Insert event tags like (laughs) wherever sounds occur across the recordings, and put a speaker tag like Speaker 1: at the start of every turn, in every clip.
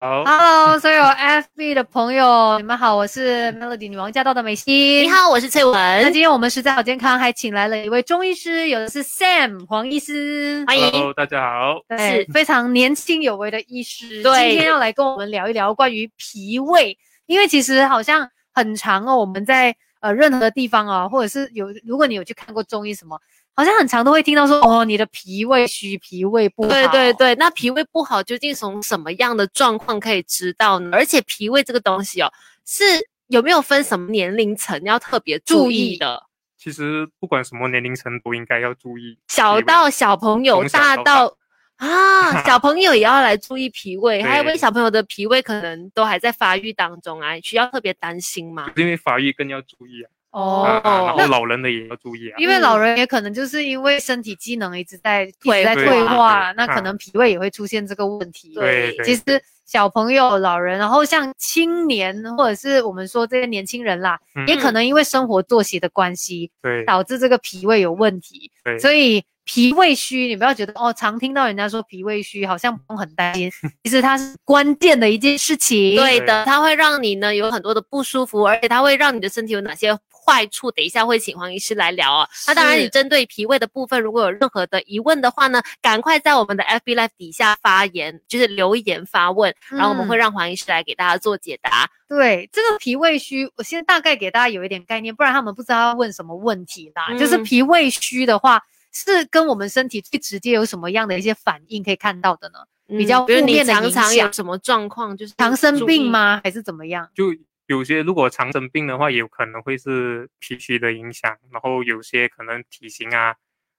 Speaker 1: 好，
Speaker 2: Hello，所有 FB 的朋友，你们好，我是 Melody 女王驾到的美心。
Speaker 3: 你，好，我是翠
Speaker 2: 那
Speaker 3: 文
Speaker 2: 今，天我们实在好健康，还请来了一位中医师，有的是 Sam 黄医师，
Speaker 3: 欢迎。
Speaker 1: Hello，大家好。
Speaker 2: 对，
Speaker 3: 是
Speaker 2: 非常年轻有为的医师。
Speaker 3: 对
Speaker 2: 今天要来跟我们聊一聊关于脾胃，因为其实好像很长哦，我们在呃任何的地方啊，或者是有，如果你有去看过中医什么，好像很常都会听到说，哦，你的脾胃虚，脾胃不好。
Speaker 3: 对对对，那脾胃不好究竟从什么样的状况可以知道呢？而且脾胃这个东西哦，是有没有分什么年龄层要特别注意的？
Speaker 1: 其实不管什么年龄层都应该要注意，
Speaker 3: 小到小朋友，
Speaker 1: 从小
Speaker 3: 大
Speaker 1: 到
Speaker 3: 到
Speaker 1: (laughs)
Speaker 3: 啊，小朋友也要来注意脾胃，还有
Speaker 1: 对
Speaker 3: 为小朋友的脾胃可能都还在发育当中啊，需要特别担心吗？
Speaker 1: 因为发育更要注意啊。
Speaker 2: 哦。
Speaker 1: 啊啊然
Speaker 3: 那
Speaker 1: 后老人的也要注意啊。
Speaker 2: 因为老
Speaker 3: 嗯
Speaker 2: 人也可能就是因为身体机能一直在一直
Speaker 3: 退
Speaker 2: 在
Speaker 3: 化
Speaker 2: 退化，
Speaker 1: 对
Speaker 2: 那可
Speaker 1: 啊
Speaker 2: 能脾胃也会出现这个问题。
Speaker 1: 对，
Speaker 3: 对
Speaker 2: 其
Speaker 1: 对，
Speaker 2: 实小朋友、老人，然后像青年或者是我们说这些年轻人啦，
Speaker 1: 嗯
Speaker 2: 也可能因为生活作息的关系，
Speaker 1: 对
Speaker 2: 导致这个脾胃有问题。
Speaker 1: 对，
Speaker 2: 所以脾胃虚，你不要觉得哦，常听到人家说脾胃虚，好像不用很
Speaker 1: (laughs)
Speaker 2: 担心，其实它是关键的一件事情。
Speaker 3: 对
Speaker 1: 对
Speaker 3: 的，它会让你呢有很多的不舒服，而且它会让你的身体有哪些坏处？等一下会请黄医师来聊啊。那当然，
Speaker 2: 是
Speaker 3: 你针对脾胃的部分，如果有任何的疑问的话呢，赶快在我们的 FB Live 底下发言，就是留言发问，然后我们
Speaker 2: 嗯
Speaker 3: 会让黄医师来给大家做解答。
Speaker 2: 对，这个脾胃虚，我先大概给大家有一点概念，不然他们不知道要问什么问题啦。就是
Speaker 3: 嗯
Speaker 2: 脾胃虚的话，是跟我们身体最直接有什么样的一些反应可以看到的呢？比较
Speaker 3: 嗯比如
Speaker 2: 负
Speaker 3: 你
Speaker 2: 面的
Speaker 3: 常
Speaker 2: 影
Speaker 3: 常有
Speaker 2: 响
Speaker 3: 什么状况，就是
Speaker 2: 常生
Speaker 3: 注
Speaker 2: 病
Speaker 3: 意？
Speaker 2: 吗？还是怎么样？
Speaker 1: 就有些如果常生病的话，有可能会是脾虚的影响，然后有些可能体型啊，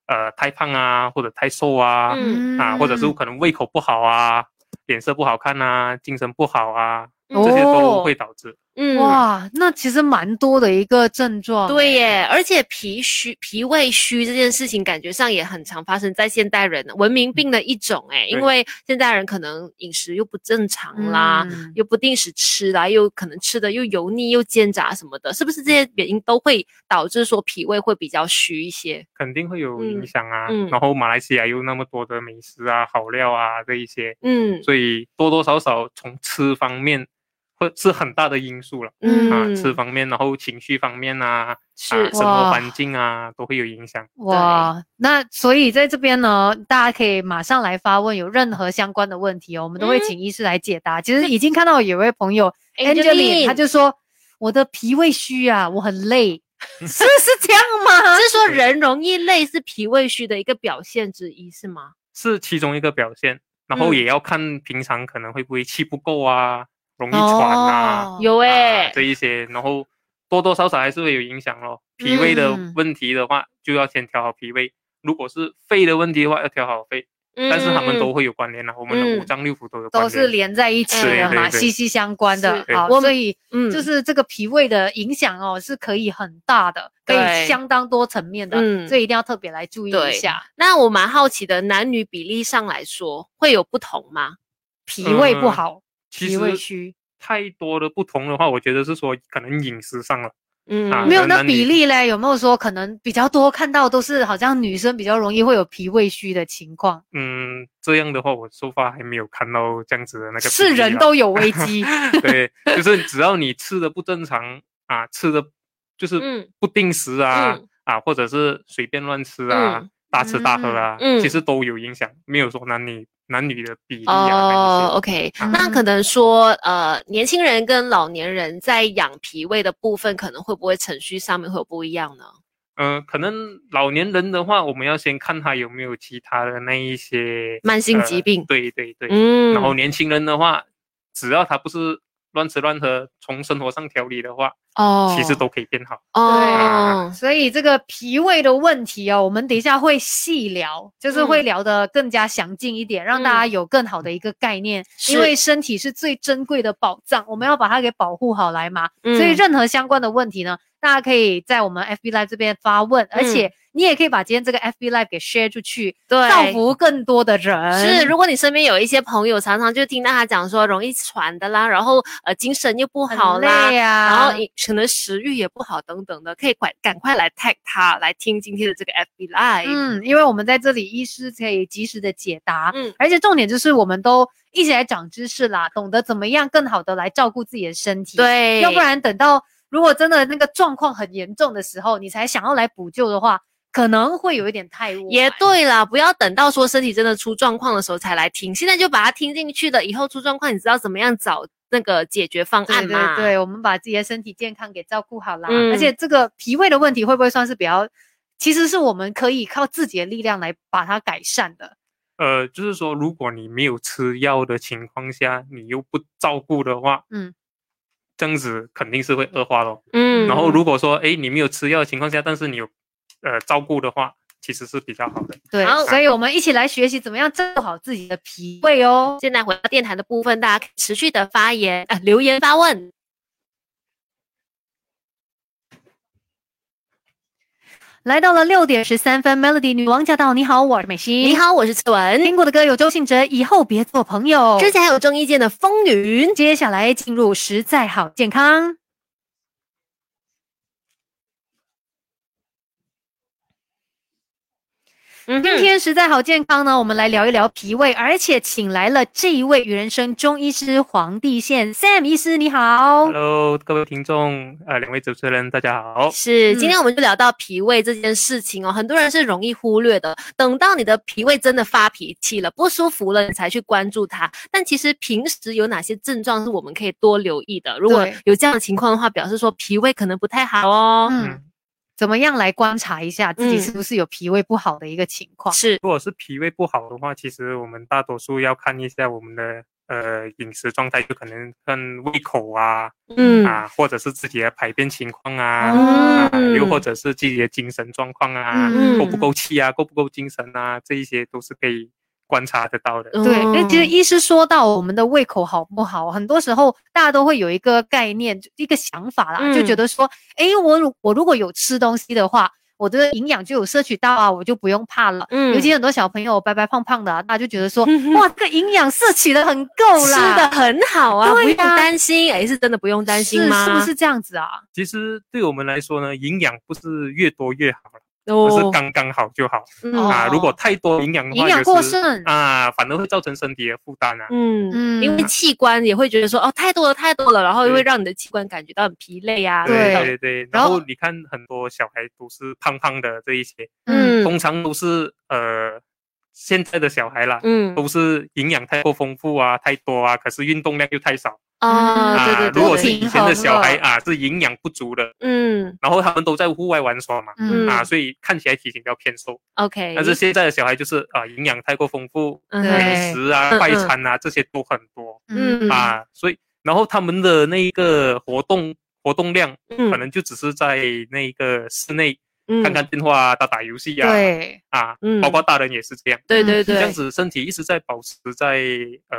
Speaker 1: 呃，太胖啊，或者太瘦啊，
Speaker 3: 嗯
Speaker 1: 啊，或者是
Speaker 2: 嗯
Speaker 1: 可能胃口不好啊，脸色不好看啊，精神不好啊，
Speaker 3: 嗯
Speaker 1: 这些
Speaker 2: 哦
Speaker 1: 都会导致。
Speaker 3: 嗯，
Speaker 2: 哇，那其实蛮多的一个症状。
Speaker 1: 哦
Speaker 2: 欸
Speaker 3: 对耶，而且脾虚、脾胃虚这件事情，感觉上也很常发生在现代人，文明病的一种哎，因
Speaker 1: 嗯对
Speaker 3: 为现代人可能饮食又不正常
Speaker 2: 嗯，
Speaker 3: 啦，又不定时吃啦，又可能吃的又油腻又煎炸什么的，是不是这些原因都会导致说脾胃会比较虚一些？
Speaker 1: 肯定会有
Speaker 3: 嗯
Speaker 1: 影响啊。
Speaker 3: 嗯
Speaker 1: 然后马来西亚有那么多的美食啊、好料啊这一些，
Speaker 3: 嗯
Speaker 1: 所以多多少少从吃方面会是很大的因素了、啊，吃方面，然后情绪方面啊，
Speaker 3: 嗯是
Speaker 1: 啊生
Speaker 2: 哇
Speaker 1: 活环境啊都会有影响。
Speaker 2: 哇，那所以在这边呢，大家可以马上来发问，有任何相关的问题哦，我们都会
Speaker 3: 嗯
Speaker 2: 请医师来解答。其实已经看到有位朋友
Speaker 3: Angeline
Speaker 2: Angeline，他就说我的脾胃虚啊，我很累，是是这样吗？
Speaker 3: 是说人容易累是脾胃虚的一个表现之一是吗？
Speaker 1: 是其中一个表现，然后
Speaker 3: 嗯
Speaker 1: 也要看平常可能会不会气不够啊，容易喘啊，
Speaker 2: 哦
Speaker 3: 有哎、
Speaker 1: 啊这一些，然后多多少少还是会有影响咯。脾胃的
Speaker 2: 嗯
Speaker 1: 问题的话，就要先调好脾胃；如果是肺的问题的话，要调好肺。但是他们都会有关联啊的、我们的
Speaker 3: 嗯
Speaker 1: 五脏六腑都有关联，
Speaker 2: 都是连在一起
Speaker 3: 对
Speaker 2: 的嘛，
Speaker 1: 对对
Speaker 2: 息息相关的。
Speaker 3: 是
Speaker 2: 好，
Speaker 3: 我们
Speaker 2: 所以
Speaker 3: 嗯
Speaker 2: 就是这个脾胃的影响哦，是可以很大的，可以
Speaker 3: 对
Speaker 2: 相当多层面的，
Speaker 3: 嗯
Speaker 2: 所以一定要特别来注意一
Speaker 3: 对
Speaker 2: 下。
Speaker 3: 那我蛮好奇的，男女比例上来说会有不同吗？
Speaker 2: 脾胃不
Speaker 1: 嗯
Speaker 2: 好，
Speaker 1: 其
Speaker 2: 脾胃
Speaker 1: 实
Speaker 2: 虚，
Speaker 1: 太多的不同的话，我觉得是说可能饮食上了，
Speaker 3: 嗯，
Speaker 1: 啊
Speaker 2: 没有
Speaker 1: 男
Speaker 2: 那
Speaker 1: 男
Speaker 2: 比
Speaker 1: 女
Speaker 2: 例嘞？有没有说可能比较多看到都是好像女生比较容易会有脾胃虚的情况？
Speaker 1: 嗯，这样的话我说法还没有看到这样子的那个比例啊
Speaker 2: 是人
Speaker 1: 啦
Speaker 2: 都有危
Speaker 1: (laughs)
Speaker 2: 机，
Speaker 1: 对，就是只要你吃的不正常啊，吃的就是
Speaker 3: 嗯
Speaker 1: 不定时啊、
Speaker 3: 嗯
Speaker 1: 啊，或者是随便乱吃啊，
Speaker 3: 嗯
Speaker 1: 大吃大喝啊，
Speaker 3: 嗯嗯
Speaker 1: 其实都有影响，没有说男女男女的比例啊。
Speaker 3: 哦、o k
Speaker 1: 啊
Speaker 3: 那可能说，呃，年轻人跟老年人在养脾胃的部分，可能会不会程序上面会有不一样呢？
Speaker 1: 嗯、呃可能老年人的话，我们要先看他有没有其他的那一些
Speaker 3: 慢性疾病
Speaker 1: 呃对对对。
Speaker 3: 嗯，
Speaker 1: 然后年轻人的话，只要他不是乱吃乱喝，从生活上调理的话，
Speaker 3: 哦，
Speaker 1: 其实都可以变好。
Speaker 3: 哦
Speaker 1: 啊，
Speaker 2: 所以这个脾胃的问题哦，我们等一下会细聊，就是会
Speaker 3: 嗯
Speaker 2: 聊得更加详尽一点，让大家有更好的一个概念。
Speaker 3: 是
Speaker 2: 因为身体是最珍贵的宝藏，我们要把它给保护好来嘛。所以
Speaker 3: 嗯
Speaker 2: 任何相关的问题呢，大家可以在我们 FB Live 这边发问，而且你也可以把今天这个 FB Live 给 share 出去，
Speaker 3: 嗯对，
Speaker 2: 造福更多的人。
Speaker 3: 是，如果你身边有一些朋友，常常就听到他讲说容易喘的啦，然后呃精神又不好
Speaker 2: 很
Speaker 3: 啦，
Speaker 2: 累啊呀、
Speaker 3: 然后也可能食欲也不好等等的，可以快赶快来 tag 他来听今天的这个 FB Live。
Speaker 2: 嗯，因为我们在这里医师可以及时的解答，
Speaker 3: 嗯
Speaker 2: 而且重点就是我们都一起来长知识啦，懂得怎么样更好的来照顾自己的身体，，
Speaker 3: 对，
Speaker 2: 要不然等到如果真的那个状况很严重的时候，你才想要来补救的话，可能会有一点太晚。
Speaker 3: 也对啦，不要等到说身体真的出状况的时候才来听，现在就把它听进去了，以后出状况你知道怎么样找那个解决方
Speaker 2: 对
Speaker 3: 案嘛？
Speaker 2: 对对，我们把自己的身体健康给照顾好啦。
Speaker 3: 嗯
Speaker 2: 而且这个脾胃的问题会不会算是比较，其实是我们可以靠自己的力量来把它改善的。
Speaker 1: 呃，就是说，如果你没有吃药的情况下，你又不照顾的话，
Speaker 2: 嗯，
Speaker 1: 这样子肯定是会恶化咯。
Speaker 3: 嗯，
Speaker 1: 然后如果说，哎，你没有吃药的情况下，但是你有呃照顾的话，其实是比较好的。
Speaker 2: 对
Speaker 3: 好，
Speaker 2: 所以我们一起来学习怎么样照顾好自己的脾胃哦。
Speaker 3: 现在回到电台的部分，大家可以持续的发言啊、呃留言发问。
Speaker 2: 来到了六点十三分，Melody 女王驾到！你好，我是美心。
Speaker 3: 你，好，我是翠文。
Speaker 2: 听过的歌有周信哲，以后别做朋友。
Speaker 3: 之前还有郑伊健的《风云》，
Speaker 2: 接下来进入实在好健康。
Speaker 3: 嗯
Speaker 2: 今
Speaker 3: 哼
Speaker 2: 天实在好健康呢，我们来聊一聊脾胃，而且请来了这一位与人生中医师黄帝宪 Sam 医师，你
Speaker 3: 哦
Speaker 2: 好。
Speaker 1: Hello，各位听众，呃，两位主持人，大家好。
Speaker 3: 是，今
Speaker 2: 嗯
Speaker 3: 天我们就聊到脾胃这件事情哦，很多人是容易忽略的。等到你的脾胃真的发脾气了、不舒服了，你才去关注它。但其实平时有哪些症状是我们可以多留意的？如果
Speaker 2: 对
Speaker 3: 有这样的情况的话，表示说脾胃可能不太好哦。
Speaker 2: 嗯，怎么样来观察一下自己
Speaker 3: 嗯
Speaker 2: 是不是有脾胃不好的一个情况？
Speaker 3: 是，
Speaker 1: 如果是脾胃不好的话，其实我们大多数要看一下我们的呃饮食状态，就可能看胃口啊、
Speaker 3: 嗯
Speaker 1: 啊，或者是自己的排便情况啊，
Speaker 2: 哦
Speaker 1: 啊，又或者是自己的精神状况啊，
Speaker 2: 嗯
Speaker 1: 够不够气啊，够不够精神啊，这一些都是可以观察得到的。
Speaker 2: 对，那其实
Speaker 3: 嗯
Speaker 2: 医师说到我们的胃口好不好，很多时候大家都会有一个概念、一个想法啦，就觉
Speaker 3: 嗯
Speaker 2: 得说，诶，我如我如果有吃东西的话，我的营养就有摄取到啊，我就不用怕了。
Speaker 3: 嗯，
Speaker 2: 尤其很多小朋友白白胖胖的、啊，大家就觉得说
Speaker 3: (laughs)
Speaker 2: 哇，这个营养摄取的很够
Speaker 3: 吃
Speaker 2: 啦，
Speaker 3: 的很好啊，不
Speaker 2: 对
Speaker 3: 用
Speaker 2: 呀
Speaker 3: 担心。哎，是真的不用担心
Speaker 2: 是
Speaker 3: 吗？
Speaker 2: 是不是这样子啊？
Speaker 1: 其实对我们来说呢，营养不是越多越好，而是
Speaker 3: 哦，
Speaker 1: 刚刚好就好、
Speaker 3: 嗯
Speaker 2: 哦
Speaker 1: 啊。如果太多营养的话，
Speaker 2: 营养
Speaker 1: 有
Speaker 2: 过
Speaker 1: 时
Speaker 2: 剩
Speaker 1: 啊，反而会造成身体的负担啊。
Speaker 3: 嗯
Speaker 2: 嗯
Speaker 3: 因为器官也会觉得说，哦，太多了，太多了，然后又会
Speaker 1: 对
Speaker 3: 让你的器官感觉到很疲累啊，
Speaker 1: 对
Speaker 3: 等等
Speaker 1: 对对，
Speaker 2: 然
Speaker 1: 然
Speaker 2: 后
Speaker 1: 后你看很多小孩都是胖胖的这一些，
Speaker 2: 嗯
Speaker 1: 通常都是呃现在的小孩啦，
Speaker 3: 嗯
Speaker 1: 都是营养太过丰富啊，太多啊，可是运动量又太少
Speaker 3: 啊，
Speaker 2: 啊
Speaker 3: 对对对，
Speaker 1: 如果
Speaker 2: 对
Speaker 1: 是
Speaker 2: 平
Speaker 1: 以前的
Speaker 2: 衡
Speaker 1: 小孩
Speaker 2: 了
Speaker 1: 啊，是营养不足的，
Speaker 3: 嗯
Speaker 1: 然后他们都在户外玩耍嘛。
Speaker 2: 嗯哎
Speaker 1: 啊，所以看起来体型比较偏瘦，
Speaker 3: ，OK，
Speaker 1: 但是现在的小孩就是啊、营养太过丰富，
Speaker 3: 嗯
Speaker 2: 对
Speaker 3: 哼
Speaker 1: 美食啊、
Speaker 3: 嗯
Speaker 1: 快
Speaker 3: 嗯
Speaker 1: 餐啊这些都很多
Speaker 2: 嗯
Speaker 3: 嗯
Speaker 1: 啊，所以然后他们的那一个活动活动量
Speaker 3: 嗯
Speaker 1: 可能就只是在那个室内
Speaker 3: 嗯
Speaker 1: 看看电话啊、打打游戏啊，
Speaker 2: 对，
Speaker 1: 啊，
Speaker 3: 嗯
Speaker 1: 包括大人也是这样，
Speaker 3: 对对
Speaker 1: 这
Speaker 3: 对
Speaker 1: 样，子身体一直在保持在呃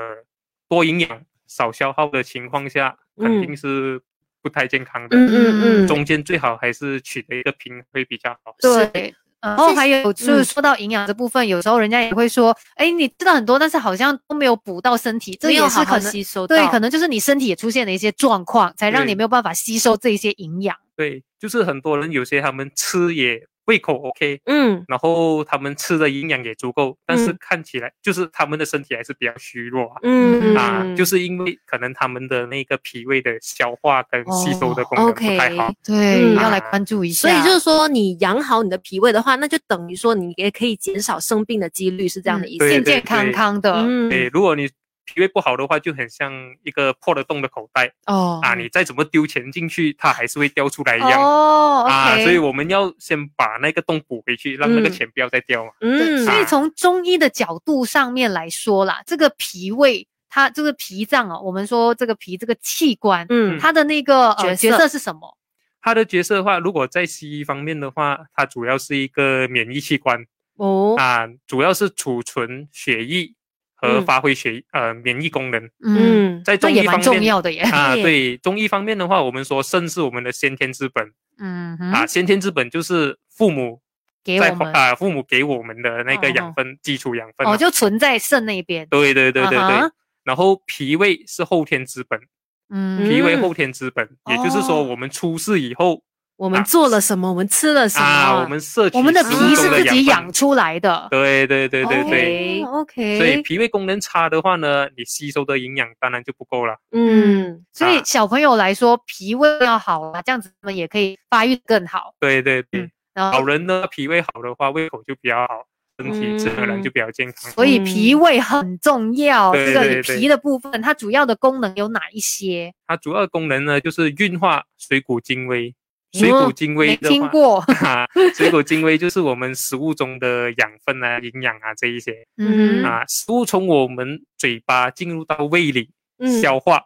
Speaker 1: 多营养少消耗的情况下，肯定是不太健康的。
Speaker 3: 嗯嗯嗯，
Speaker 1: 中间最好还是取得一个平衡会比较好。
Speaker 3: 是
Speaker 2: 对。然后还有就是
Speaker 3: 嗯
Speaker 2: 说到营养这部分，有时候人家也会说，哎，你吃了很多，但是好像都没有补到身体，这
Speaker 3: 没
Speaker 2: 也
Speaker 3: 有
Speaker 2: 是
Speaker 3: 好
Speaker 2: 可
Speaker 3: 好
Speaker 2: 能
Speaker 3: 吸收到，
Speaker 2: 对，可能就是你身体也出现了一些状况，才让你
Speaker 1: 对
Speaker 2: 没有办法吸收这一些营养。
Speaker 1: 对，就是很多人有些他们吃也胃口 OK，
Speaker 3: 嗯
Speaker 1: 然后他们吃的营养也足够，但是
Speaker 3: 嗯
Speaker 1: 看起来就是他们的身体还是比较虚弱啊。
Speaker 3: 嗯
Speaker 1: 啊，就是因为可能他们的那个脾胃的消化跟吸收的功能不
Speaker 2: 哦
Speaker 1: 太好，
Speaker 3: OK
Speaker 2: 对，
Speaker 3: 嗯
Speaker 2: 要来
Speaker 1: 啊
Speaker 2: 关注一下。
Speaker 3: 所以就是说，你养好你的脾胃的话，那就等于说你也可以减少生病的几率，是这样的意思。
Speaker 1: 对
Speaker 2: 健健康康嗯的
Speaker 3: 嗯
Speaker 1: 对，如果你脾胃不好的话，就很像一个破了洞的口袋
Speaker 2: 哦
Speaker 1: 啊，你再怎么丢钱进去，它还是会掉出来一样。
Speaker 2: 哦
Speaker 1: 啊，
Speaker 2: ，OK
Speaker 1: 所以我们要先把那个洞补回去，让那个
Speaker 3: 嗯
Speaker 1: 钱不要再掉嘛。
Speaker 2: 对
Speaker 3: 嗯
Speaker 2: 所以
Speaker 1: 啊
Speaker 2: 从中医的角度上面来说啦，这个脾胃它这个脾脏哦，我们说这个脾这个器官，
Speaker 3: 嗯
Speaker 2: 它的那个呃
Speaker 3: 角
Speaker 2: 角
Speaker 3: 色
Speaker 2: 色是什么？
Speaker 1: 它的角色的话，如果在西医方面的话，它主要是一个免疫器官
Speaker 3: 哦
Speaker 1: 啊，主要是储存血液和
Speaker 3: 嗯
Speaker 1: 发挥血、呃免疫功能。
Speaker 2: 嗯，
Speaker 1: 在
Speaker 2: 这
Speaker 1: 中
Speaker 2: 也
Speaker 1: 医
Speaker 2: 蛮
Speaker 1: 方
Speaker 2: 重
Speaker 1: 面
Speaker 2: 要的 (laughs) 耶。
Speaker 1: 啊，
Speaker 3: 对
Speaker 1: 对中医方面的话，我们说肾是我们的先天之本、
Speaker 2: 嗯
Speaker 1: 啊，
Speaker 2: 哼，
Speaker 1: 先天之本就是父母
Speaker 2: 给
Speaker 1: 在
Speaker 2: 我们
Speaker 1: 啊父母给我们的那个
Speaker 3: 哦
Speaker 1: 养分、基础养分啊、
Speaker 2: 哦，就存在肾那边。
Speaker 1: 对对对对对。
Speaker 2: 啊哈
Speaker 1: 然后脾胃是后天之本，
Speaker 2: 嗯，
Speaker 1: 脾为
Speaker 3: 嗯
Speaker 1: 后天之本，也就是说
Speaker 2: 哦
Speaker 1: 我们出世以后
Speaker 3: 我们
Speaker 1: 啊
Speaker 3: 做了什么？我们吃了什么？
Speaker 1: 啊，我们摄取
Speaker 2: 我们的
Speaker 1: 食
Speaker 2: 脾
Speaker 1: 物
Speaker 3: 中
Speaker 2: 是
Speaker 1: 中
Speaker 2: 自
Speaker 1: 的
Speaker 2: 己
Speaker 1: 养
Speaker 2: 养
Speaker 1: 分。
Speaker 2: 出来的。
Speaker 1: 对对对对对。
Speaker 3: 对
Speaker 2: 哦，OK。
Speaker 1: 所以脾胃功能差的话呢，你吸收的营养当然就不够了。
Speaker 3: 嗯，
Speaker 2: 所以
Speaker 1: 啊
Speaker 2: 小朋友来说，脾胃要好啊，这样子他们也可以发育更好。
Speaker 1: 对对对，
Speaker 2: 嗯然
Speaker 1: 老
Speaker 2: 后，
Speaker 1: 人呢脾胃好的话，胃口就比较好，身体自然而然
Speaker 3: 嗯
Speaker 1: 就比较健康。
Speaker 2: 所以
Speaker 3: 嗯
Speaker 2: 脾胃很重要。
Speaker 1: 对
Speaker 2: 这个你
Speaker 1: 对对
Speaker 2: 脾的部分，它主要的功能有哪一些？
Speaker 1: 它主要功能呢就是运化水谷精微。水谷精微
Speaker 2: 哦
Speaker 1: 的
Speaker 2: 没听
Speaker 1: 话，
Speaker 2: 过。
Speaker 1: 啊，水谷精微就是我们食物中的养分啊、营养啊这一些
Speaker 2: 嗯哼，
Speaker 1: 啊，食物从我们嘴巴进入到胃里
Speaker 3: 嗯
Speaker 1: 消化，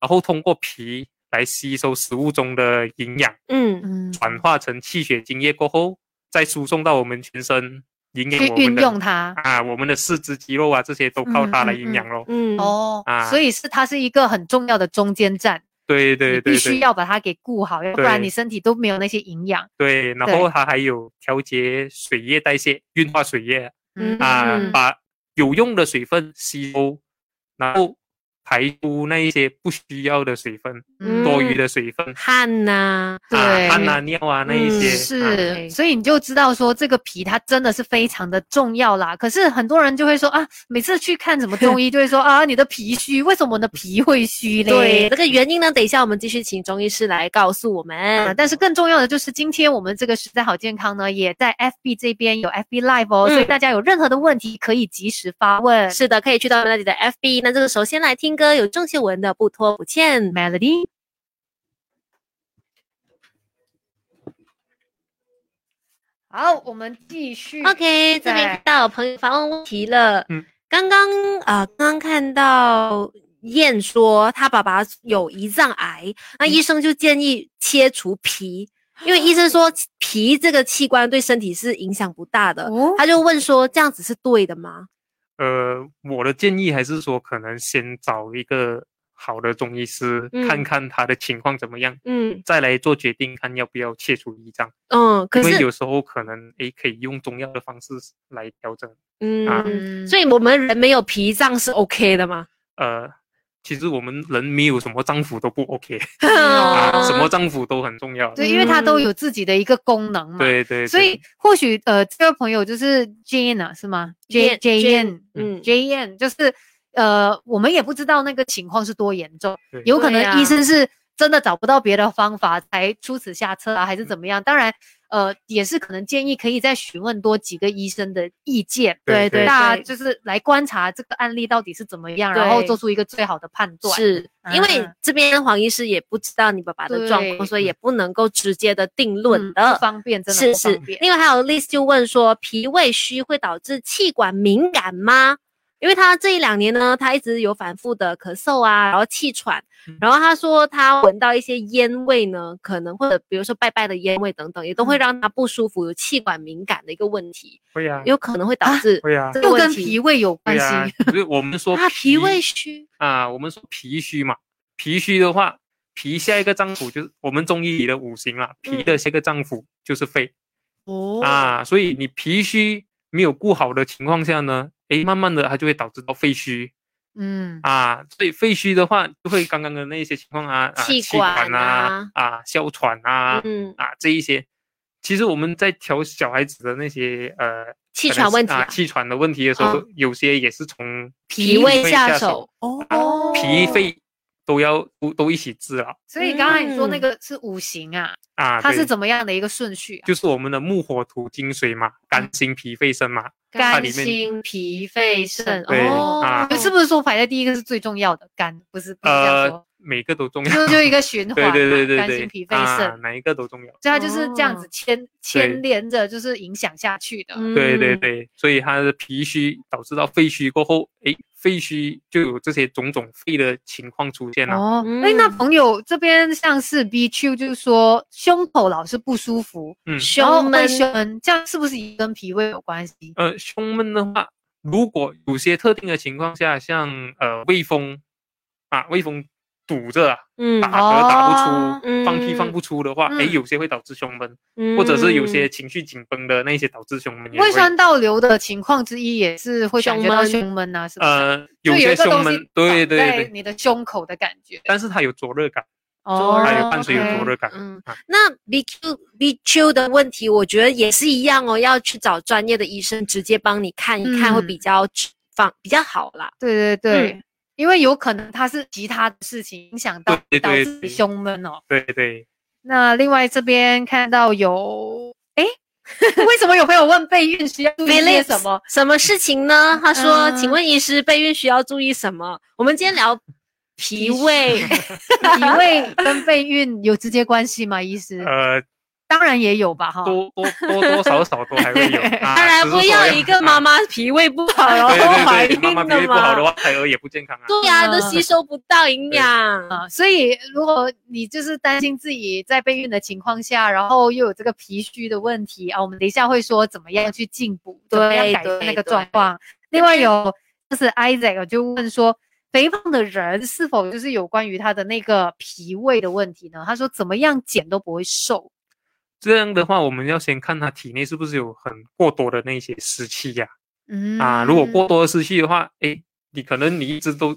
Speaker 1: 然后通过脾来吸收食物中的营养，
Speaker 3: 嗯
Speaker 2: 嗯，
Speaker 1: 转化成气血津液过后，再输送到我们全身，营养
Speaker 2: 去
Speaker 1: 我们
Speaker 2: 运
Speaker 1: 的
Speaker 2: 用嗯它。
Speaker 1: 啊，我们的四肢肌肉啊，这些都靠它来营养咯。
Speaker 3: 嗯
Speaker 2: 哦
Speaker 1: 啊，
Speaker 2: 所以是它是一个很重要的中间站，
Speaker 1: 对对
Speaker 2: 你必
Speaker 1: 对
Speaker 2: 须
Speaker 1: 对
Speaker 2: 要把它给顾好，要不
Speaker 1: 对
Speaker 2: 然你身体都没有那些营养。
Speaker 1: 对，然
Speaker 2: 对
Speaker 1: 后它还有调节水液代谢、运化水液
Speaker 2: 嗯
Speaker 1: 啊，
Speaker 3: 嗯
Speaker 1: 把有用的水分吸收，然后排出那一些不需要的水分、
Speaker 2: 嗯
Speaker 1: 多余的水分
Speaker 3: 汗呐、
Speaker 2: 对
Speaker 1: 啊、汗啊、尿啊那一些。
Speaker 3: 嗯
Speaker 1: 啊
Speaker 2: 是，
Speaker 3: 对
Speaker 2: 所以你就知道说这个脾它真的是非常的重要啦。可是很多人就会说啊，每次去看什么中医就会说 (laughs) 啊，你的脾虚，为什么我的脾会虚嘞？
Speaker 3: 对，这个原因呢，等一下我们继续请中医师来告诉我们。
Speaker 2: 啊，但是更重要的就是，今天我们这个实在好健康呢，也在 FB 这边有 FB Live 哦，
Speaker 3: 嗯
Speaker 2: 所以大家有任何的问题可以及时发问。
Speaker 3: 是的，可以去到那里的 FB。那这个时候先来听歌，有郑秀文的《不拖不欠》。
Speaker 2: Melody，好，我们继续。
Speaker 3: OK，这边
Speaker 2: 在
Speaker 3: 看到朋友发问问题了。
Speaker 1: 嗯
Speaker 3: 刚刚啊、呃刚刚看到燕说她爸爸有胰脏癌，那医生就建议切除脾，因为医生说脾这个器官对身体是影响不大的。
Speaker 2: 哦
Speaker 3: 他就问说这样子是对的吗？
Speaker 1: 呃，我的建议还是说，可能先找一个好的中医师，
Speaker 3: 嗯
Speaker 1: 看看他的情况怎么样，
Speaker 3: 嗯
Speaker 1: 再来做决定，看要不要切除胰脏。
Speaker 3: 嗯，可
Speaker 1: 因为
Speaker 3: 是
Speaker 1: 有时候可能诶，可以用中药的方式来调整。啊
Speaker 3: 嗯，所以我们人没有脾脏是 OK 的吗？
Speaker 1: 呃，其实我们人没有什么脏腑都不 OK 啊，
Speaker 2: 啊
Speaker 1: 什么脏腑都很重要。
Speaker 2: 对，因为它都有自己的一个功能嘛。
Speaker 1: 对
Speaker 3: 嗯
Speaker 1: 对，
Speaker 2: 所以或许呃，这位朋友就是 Jane 啊，是吗
Speaker 3: Jane-
Speaker 2: ？J Jane，
Speaker 3: 嗯
Speaker 2: 嗯，Jane 就是呃，我们也不知道那个情况是多严重
Speaker 1: 对，
Speaker 2: 有可
Speaker 3: 对
Speaker 2: 能医
Speaker 3: 呀
Speaker 2: 生是真的找不到别的方法才出此下策啊，还
Speaker 1: 嗯
Speaker 2: 是怎么样？当然，呃，也是可能建议可以再询问多几个医生的意见。
Speaker 1: 对
Speaker 3: 对
Speaker 2: 大家
Speaker 3: 对
Speaker 2: 就是来观察这个案例到底是怎么样，然后
Speaker 3: 对
Speaker 2: 做出一个最好的判断。
Speaker 3: 是因为
Speaker 2: 嗯
Speaker 3: 这边黄医师也不知道你爸爸的状况，
Speaker 2: 对
Speaker 3: 所以也不能够直接的定
Speaker 2: 嗯
Speaker 3: 论
Speaker 2: 不
Speaker 3: 的。
Speaker 2: 方便，真的
Speaker 3: 是
Speaker 2: 不
Speaker 3: 是
Speaker 2: 方便，。
Speaker 3: 另外还有 list 就问说，脾胃虚会导致气管敏感吗？因为他这一两年呢，他一直有反复的咳嗽啊，然后气喘
Speaker 1: 嗯，
Speaker 3: 然后他说他闻到一些烟味呢，可能或者比如说拜拜的烟味等等，也都会
Speaker 2: 嗯
Speaker 3: 让他不舒服，有气管敏感的一个问题，
Speaker 1: 会啊，
Speaker 3: 有可能会导
Speaker 2: 啊
Speaker 3: 致
Speaker 1: 会啊
Speaker 3: 这，个
Speaker 2: 又
Speaker 3: 问
Speaker 2: 跟
Speaker 3: 题
Speaker 2: 脾胃有关
Speaker 1: 会
Speaker 2: 系。
Speaker 1: 啊。所以我们说
Speaker 3: 啊脾胃虚，
Speaker 1: 啊，我们说脾虚嘛，脾虚的话，脾下一个脏腑就是我们中医里的五行啦，脾的下一个脏腑就是肺
Speaker 3: 哦，
Speaker 1: 啊，所以你脾虚没有顾好的情况下呢，诶，慢慢的它就会导致到肺虚，
Speaker 2: 嗯，
Speaker 1: 啊，所以肺虚的话，就会刚刚的那一些情况啊，啊
Speaker 3: 气管
Speaker 1: 管
Speaker 3: 啊
Speaker 1: 啊，啊哮喘啊，
Speaker 3: 嗯，
Speaker 1: 啊这一些，其实我们在调小孩子的那些呃
Speaker 3: 气
Speaker 1: 可能
Speaker 3: 喘问题
Speaker 1: 啊
Speaker 3: 啊
Speaker 1: 气喘的问题的时
Speaker 2: 嗯
Speaker 1: 候，有些也是从
Speaker 3: 脾胃下
Speaker 1: 手
Speaker 3: 手，，啊
Speaker 2: 哦
Speaker 1: 脾肺都要都都一起治了
Speaker 2: 所以刚才你说那
Speaker 3: 嗯
Speaker 2: 个是五行啊，
Speaker 1: 啊。
Speaker 2: 它是
Speaker 1: 对
Speaker 2: 怎么样的一个顺序啊？
Speaker 1: 就是我们的木火土金水
Speaker 2: 嗯
Speaker 1: 嘛，肝心脾肺肾嘛，它
Speaker 2: 肝、
Speaker 1: 里面
Speaker 2: 心、脾、肺、肾。
Speaker 1: 对
Speaker 2: 哦，
Speaker 1: 啊
Speaker 2: 是不是说排在第一个是最重要的？肝不是不是嗯这样
Speaker 1: 呃
Speaker 2: 说，，
Speaker 1: 每个都重要。
Speaker 2: 就就一个循
Speaker 1: (laughs)
Speaker 2: 环
Speaker 1: 对
Speaker 2: 嘛，
Speaker 1: 对对对
Speaker 2: 肝、
Speaker 1: 对
Speaker 2: 心、，脾、肺、肾
Speaker 1: 啊，，哪一个都重要。
Speaker 2: 所以它就是这样子
Speaker 3: 哦
Speaker 2: 牵牵连着，就是影响下去的。
Speaker 1: 对对
Speaker 3: 嗯，
Speaker 1: 对，所以他的脾虚导致到肺虚过后，诶，肺虚就有这些种种肺的情况出现了。
Speaker 2: 哦，
Speaker 3: 嗯
Speaker 2: 哎，那朋友这边像是 B Q 就是说胸口老是不舒服，
Speaker 1: 嗯，
Speaker 2: 然后
Speaker 3: 胸
Speaker 2: 会
Speaker 3: 闷
Speaker 1: 嗯
Speaker 2: 胸闷，这样是不是也跟脾胃有关系？
Speaker 1: 呃，胸闷的话，如果有些特定的情况下，像呃胃风啊，胃风堵着啊，
Speaker 3: 嗯
Speaker 1: 打
Speaker 2: 哦
Speaker 1: 嗝打不出，
Speaker 3: 嗯
Speaker 1: 放屁放不出的话，
Speaker 3: 嗯
Speaker 1: 诶，有些会导致胸闷，或者是有些情绪紧绷的那些导致胸闷也会
Speaker 2: 胃。酸倒流的情况之一也是会感觉到
Speaker 3: 胸
Speaker 2: 胸闷呐、是不是？
Speaker 1: 呃，
Speaker 2: 就有
Speaker 1: 些
Speaker 2: 一个
Speaker 1: 胸
Speaker 2: 东西
Speaker 1: 闷，对对
Speaker 2: 挡在
Speaker 1: 对，
Speaker 2: 你的胸口的感觉，
Speaker 1: 但是它有灼热感，
Speaker 2: 哦，
Speaker 1: 它有伴随有灼
Speaker 2: OK
Speaker 1: 热感。
Speaker 3: 嗯
Speaker 1: 啊，
Speaker 3: 那 BQ BQ 的问题，我觉得也是一样哦，要去找专业的医生直接帮你看一
Speaker 2: 嗯
Speaker 3: 看，会比较放比较好啦。
Speaker 2: 对对对。
Speaker 1: 嗯
Speaker 2: 因为有可能它是其他的事情影响到
Speaker 1: 对对
Speaker 2: 导
Speaker 1: 对
Speaker 2: 致你胸闷哦。
Speaker 1: 对对，
Speaker 2: 那另外这边看到有，诶， (laughs) 为什么有朋友问备孕需要注意些
Speaker 3: Phillips
Speaker 2: 什么？
Speaker 3: 什么事情呢？他说：“
Speaker 2: 嗯
Speaker 3: 请问医师，备孕需要注意什么？”我们今天聊脾
Speaker 1: (laughs)
Speaker 3: 胃，
Speaker 1: 啊
Speaker 2: 体位跟备孕有直接关系吗？医师，
Speaker 1: 呃，
Speaker 2: 当然也有吧，哈。
Speaker 1: 多多多多少少都还会
Speaker 3: (laughs)
Speaker 1: 有。啊
Speaker 3: (laughs) 当然
Speaker 1: 只是
Speaker 3: 不
Speaker 1: 说
Speaker 3: 要一个妈妈脾胃不好然
Speaker 1: 啊 (laughs) 对
Speaker 3: 后怀
Speaker 1: 对对，
Speaker 3: 孕
Speaker 1: 妈妈脾胃不好
Speaker 3: 嘛
Speaker 1: 的。话，胎儿也不健康啊。
Speaker 3: 对呀、
Speaker 2: 嗯
Speaker 3: 都吸收不到营养。
Speaker 2: 啊，所以如果你就是担心自己在备孕的情况下，然后又有这个脾虚的问题啊，我们等一下会说怎么样去进补，怎么样
Speaker 3: 对
Speaker 2: 改善
Speaker 3: 对
Speaker 2: 那个
Speaker 3: 对
Speaker 2: 状况。另外有就是 Isaac 就问说，肥胖的人是否就是有关于他的那个脾胃的问题呢？他说怎么样减都不会瘦。
Speaker 1: 这样的话，我们要先看他体内是不是有很过多的那些湿气呀、
Speaker 2: 嗯
Speaker 1: 啊，如果过多的湿气的话，诶，你可能你一直都，